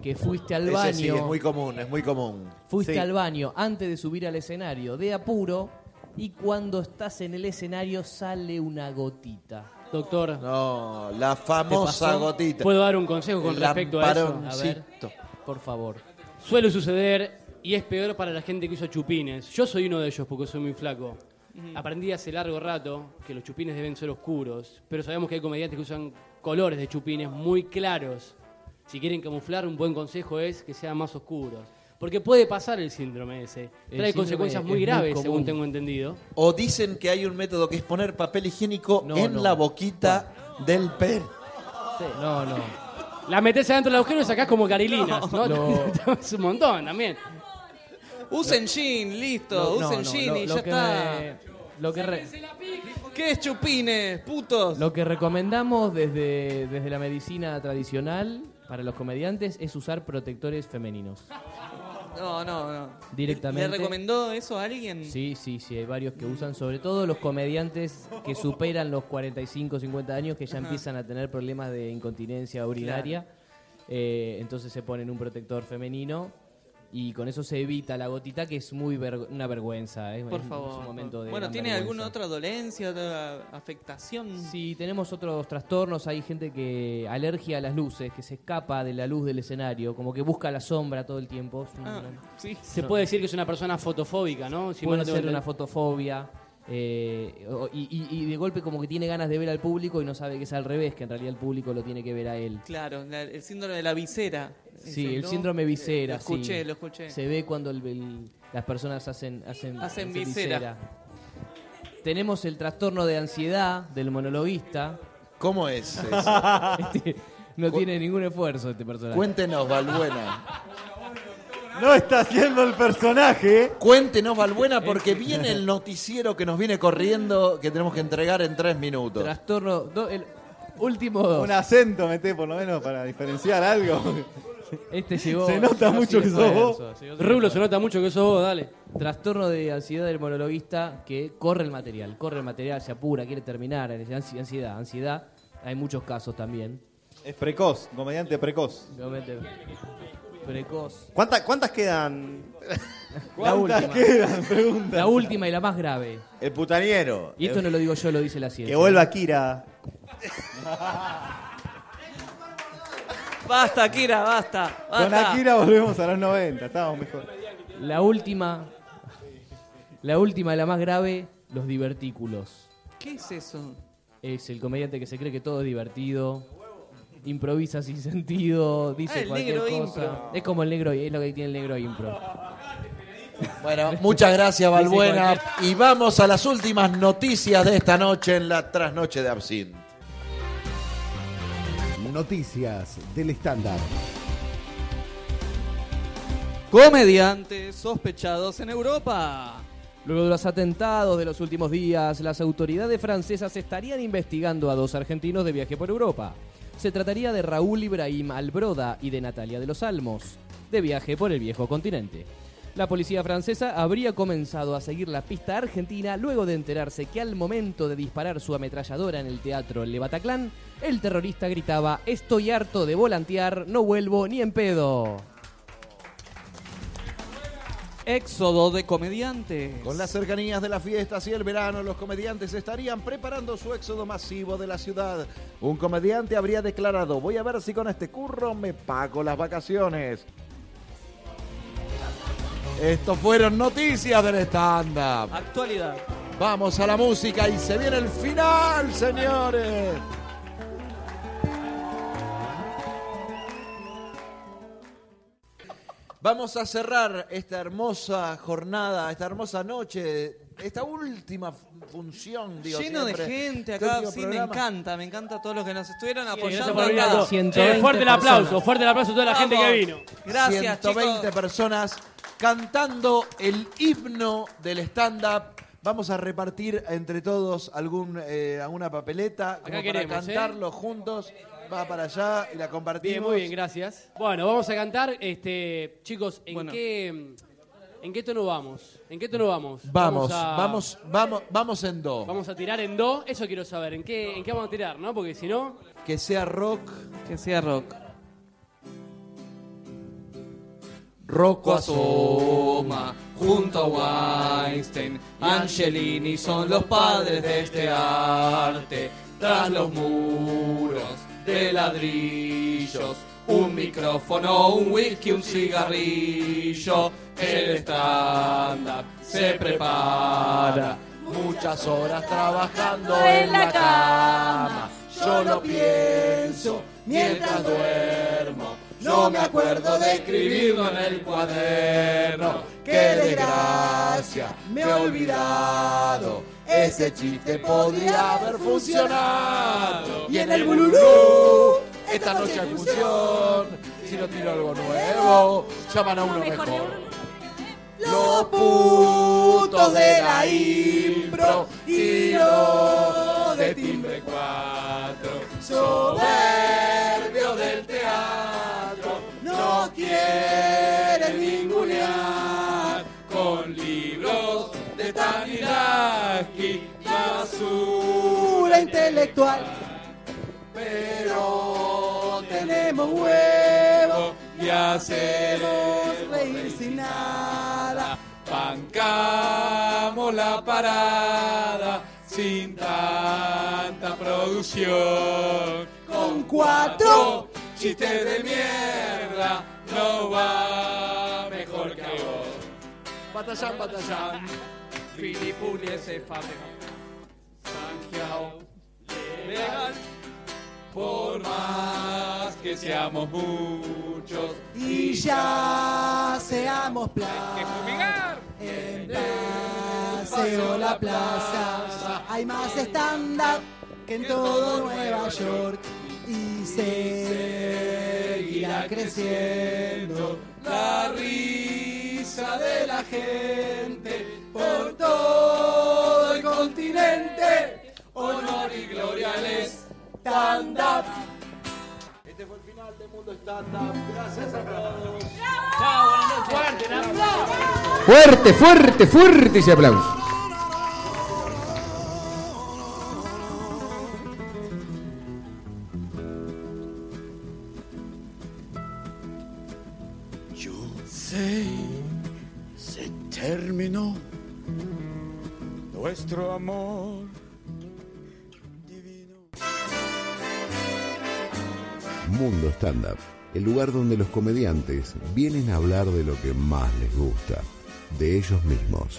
Speaker 4: Que fuiste al
Speaker 2: Ese
Speaker 4: baño...
Speaker 2: sí, es muy común, es muy común.
Speaker 4: Fuiste
Speaker 2: Sí.
Speaker 4: al baño antes de subir al escenario de apuro y cuando estás en el escenario sale una gotita.
Speaker 11: Doctor.
Speaker 2: No, la
Speaker 4: ¿Te
Speaker 2: famosa
Speaker 4: pasó?
Speaker 2: gotita.
Speaker 11: ¿Puedo dar un consejo con
Speaker 2: El
Speaker 11: respecto a eso?
Speaker 2: lamparoncito.
Speaker 11: A ver.
Speaker 4: Por favor.
Speaker 11: Suele suceder y es peor para la gente que usa chupines. Yo soy uno de ellos porque soy muy flaco. Aprendí hace largo rato que los chupines deben ser oscuros, pero sabemos que hay comediantes que usan colores de chupines muy claros. Si quieren camuflar, un buen consejo es que sean más oscuros. Porque puede pasar el síndrome ese. Trae
Speaker 2: síndrome
Speaker 11: consecuencias
Speaker 2: es
Speaker 11: muy
Speaker 2: muy
Speaker 11: graves,
Speaker 2: común.
Speaker 11: según tengo entendido.
Speaker 2: O dicen que hay un método que es poner papel higiénico
Speaker 11: No,
Speaker 2: en
Speaker 11: no.
Speaker 2: la boquita del pez.
Speaker 4: No, no.
Speaker 11: La metes adentro del agujero y sacás como carilinas, ¿no?
Speaker 4: No.
Speaker 11: es un montón también.
Speaker 3: Usen jean, listo,
Speaker 4: No, no,
Speaker 3: usen
Speaker 4: no,
Speaker 3: jean
Speaker 4: lo-
Speaker 3: y
Speaker 4: lo
Speaker 3: ya
Speaker 4: que
Speaker 3: está.
Speaker 4: me- lo que re-
Speaker 3: ¿Qué es chupines, putos?
Speaker 4: Lo que recomendamos desde, desde la medicina tradicional para los comediantes es usar protectores femeninos.
Speaker 3: No, no, no.
Speaker 4: Directamente.
Speaker 3: ¿Le recomendó eso a alguien?
Speaker 4: Sí, sí, sí, hay varios que usan, sobre todo los comediantes que superan los 45, 50 años, que ya
Speaker 3: Ajá.
Speaker 4: empiezan a tener problemas de incontinencia urinaria. Eh, entonces se ponen un protector femenino y con eso se evita la gotita, que es muy verg- una vergüenza. ¿eh? es-
Speaker 3: Por
Speaker 4: es un-
Speaker 3: favor.
Speaker 4: es un momento
Speaker 3: por-
Speaker 4: de
Speaker 3: bueno,
Speaker 4: gran
Speaker 3: ¿tiene
Speaker 4: vergüenza.
Speaker 3: alguna otra dolencia, otra afectación?
Speaker 4: Sí, tenemos otros trastornos. Hay gente que alergia a las luces, que se escapa de la luz del escenario, como que busca la sombra todo el tiempo. Es un-
Speaker 3: Ah, sí.
Speaker 11: Se
Speaker 4: No.
Speaker 11: puede decir que es una persona fotofóbica, ¿no? Si mal
Speaker 4: puede
Speaker 11: no tengo
Speaker 4: ser una
Speaker 11: entendido.
Speaker 4: fotofobia. eh, o- y, y- y de golpe como que tiene ganas de ver al público y no sabe que es al revés, que en realidad el público lo tiene que ver a él.
Speaker 3: Claro, la- el síndrome de la visera.
Speaker 4: Sí, el
Speaker 3: ¿no? Eh,
Speaker 4: síndrome visera.
Speaker 3: Lo escuché,
Speaker 4: sí.
Speaker 3: lo escuché.
Speaker 4: Se ve cuando el- el- las personas hacen, hacen,
Speaker 3: Hacen visera.
Speaker 4: Tenemos el trastorno de ansiedad del monologuista,
Speaker 2: ¿Cómo es eso?
Speaker 4: Este, no tiene ningún esfuerzo este personaje.
Speaker 2: Cuéntenos, Valbuena.
Speaker 13: No está haciendo el personaje.
Speaker 2: Cuéntenos, Valbuena, porque viene el noticiero que nos viene corriendo que tenemos que entregar en tres minutos.
Speaker 4: Trastorno. do- el último dos.
Speaker 13: Un acento meté por lo menos para diferenciar algo.
Speaker 4: Este llegó.
Speaker 13: Se nota
Speaker 4: llegó
Speaker 13: mucho
Speaker 4: sin
Speaker 13: que sos vos.
Speaker 4: esfuerzo, llegó sin
Speaker 11: Rulo,
Speaker 4: esfuerzo.
Speaker 11: se nota mucho que sos vos, dale.
Speaker 4: Trastorno de ansiedad del monologuista que corre el material, corre el material, se apura, quiere terminar, ansi- ansiedad, ansiedad. Hay muchos casos también.
Speaker 13: Es precoz, comediante precoz.
Speaker 4: Realmente Precoz.
Speaker 13: ¿Cuántas, ¿Cuántas quedan?
Speaker 4: La
Speaker 13: ¿Cuántas
Speaker 4: última.
Speaker 13: quedan? Pregunta.
Speaker 4: La última y la más grave.
Speaker 10: El putaniero.
Speaker 4: Y esto no lo digo yo, lo dice la ciencia.
Speaker 13: Que vuelva Kira.
Speaker 3: Basta, Kira, basta. basta.
Speaker 13: Con Akira volvemos a los 90, estábamos mejor.
Speaker 4: La última. La última y la más grave, los divertículos.
Speaker 3: ¿Qué es eso?
Speaker 4: Es el comediante que se cree que todo es divertido. Improvisa sin sentido, dice
Speaker 3: Ah, el
Speaker 4: cualquier
Speaker 3: negro
Speaker 4: cosa.
Speaker 3: impro.
Speaker 4: Es como el negro, es lo que tiene el negro impro.
Speaker 2: Bueno, muchas gracias, Valbuena. Y vamos a las últimas noticias de esta noche en la trasnoche de Absinthe.
Speaker 1: Noticias del estándar.
Speaker 3: Comediantes sospechados en Europa.
Speaker 4: Luego de los atentados de los últimos días, las autoridades francesas estarían investigando a dos argentinos de viaje por Europa. Se trataría de Raúl Ibrahim Albroda y de Natalia de los Almos, de viaje por el viejo continente. La policía francesa habría comenzado a seguir la pista argentina luego de enterarse que al momento de disparar su ametralladora en el teatro Le Bataclan, el terrorista gritaba: Estoy harto de volantear, no vuelvo ni en pedo.
Speaker 3: Éxodo de comediantes.
Speaker 2: Con las cercanías de las fiestas y el verano, los comediantes estarían preparando su éxodo masivo de la ciudad. Un comediante habría declarado, voy a ver si con este curro me pago las vacaciones. Estos fueron noticias del stand-up.
Speaker 3: Actualidad.
Speaker 2: Vamos a la música y se viene el final, señores. Vamos a cerrar esta hermosa jornada, esta hermosa noche, esta última fun- función. Digo,
Speaker 3: Lleno
Speaker 2: siempre,
Speaker 3: de gente
Speaker 2: este
Speaker 3: acá,
Speaker 2: último
Speaker 3: sí,
Speaker 2: programa.
Speaker 3: me encanta, me encanta todos los que nos estuvieron
Speaker 11: gracias
Speaker 3: apoyando
Speaker 11: por venir a
Speaker 3: acá.
Speaker 11: todos. Eh, fuerte el aplauso, fuerte el aplauso a toda la gente que vino.
Speaker 3: Gracias,
Speaker 2: 120
Speaker 3: chicos.
Speaker 2: personas cantando el himno del stand-up. Vamos a repartir entre todos algún, eh, alguna papeleta como para
Speaker 11: queremos, ¿eh?
Speaker 2: cantarlo juntos. Va para allá y la compartimos.
Speaker 11: Bien, muy bien, gracias. Bueno, vamos a cantar. Este, chicos, ¿en
Speaker 2: Bueno.
Speaker 11: qué en qué tono vamos? ¿En qué tono vamos?
Speaker 2: Vamos,
Speaker 11: a-
Speaker 2: vamos, vamos, vamos en do.
Speaker 11: Vamos a tirar en do, eso quiero saber. ¿En qué en qué vamos a tirar, no? Porque si no,
Speaker 2: Que sea rock.
Speaker 3: Que sea rock.
Speaker 2: Rocco
Speaker 3: Asoma, junto a Weinstein, Angelini son los padres de este arte. Tras los muros de ladrillos, un micrófono, un whisky, un cigarrillo. El estándar se prepara.
Speaker 2: Muchas horas trabajando
Speaker 3: en la
Speaker 2: cama. Yo lo pienso mientras duermo. No me acuerdo de
Speaker 3: escribirlo en el cuaderno. Qué desgracia, me he olvidado. Ese chiste podría haber funcionado. Y en el bululú, esta noche hay fusión. Si no tiro algo nuevo, llaman a uno mejor. Los putos de la impro, tiro de timbre 4. Soberbio del teatro, no quieren ningunear con libros de Taniraki, basura Uh, intelectual. Pero tenemos huevo y hacemos reír sin nada. Bancamos la parada sin tanta producción. Con cuatro chistes de mierda no va mejor que a vos. Batallán, batallán. Filipuli ese Sanjiao. Legal. Por más que seamos muchos y ya seamos plaza. En paseo la plaza hay más estándar que en todo Nueva York y seguirá creciendo la risa de la gente por todo el continente. Honor y gloria al stand-up.
Speaker 14: Este fue el final de Mundo Stand-Up. Gracias a todos.
Speaker 15: Chao, buenas noches. Fuerte, un aplauso.
Speaker 16: Fuerte, fuerte, fuerte ese aplauso.
Speaker 17: Yo sé, se terminó nuestro amor.
Speaker 2: Mundo Stand Up, el lugar donde los comediantes vienen a hablar de lo que más les gusta, de ellos mismos.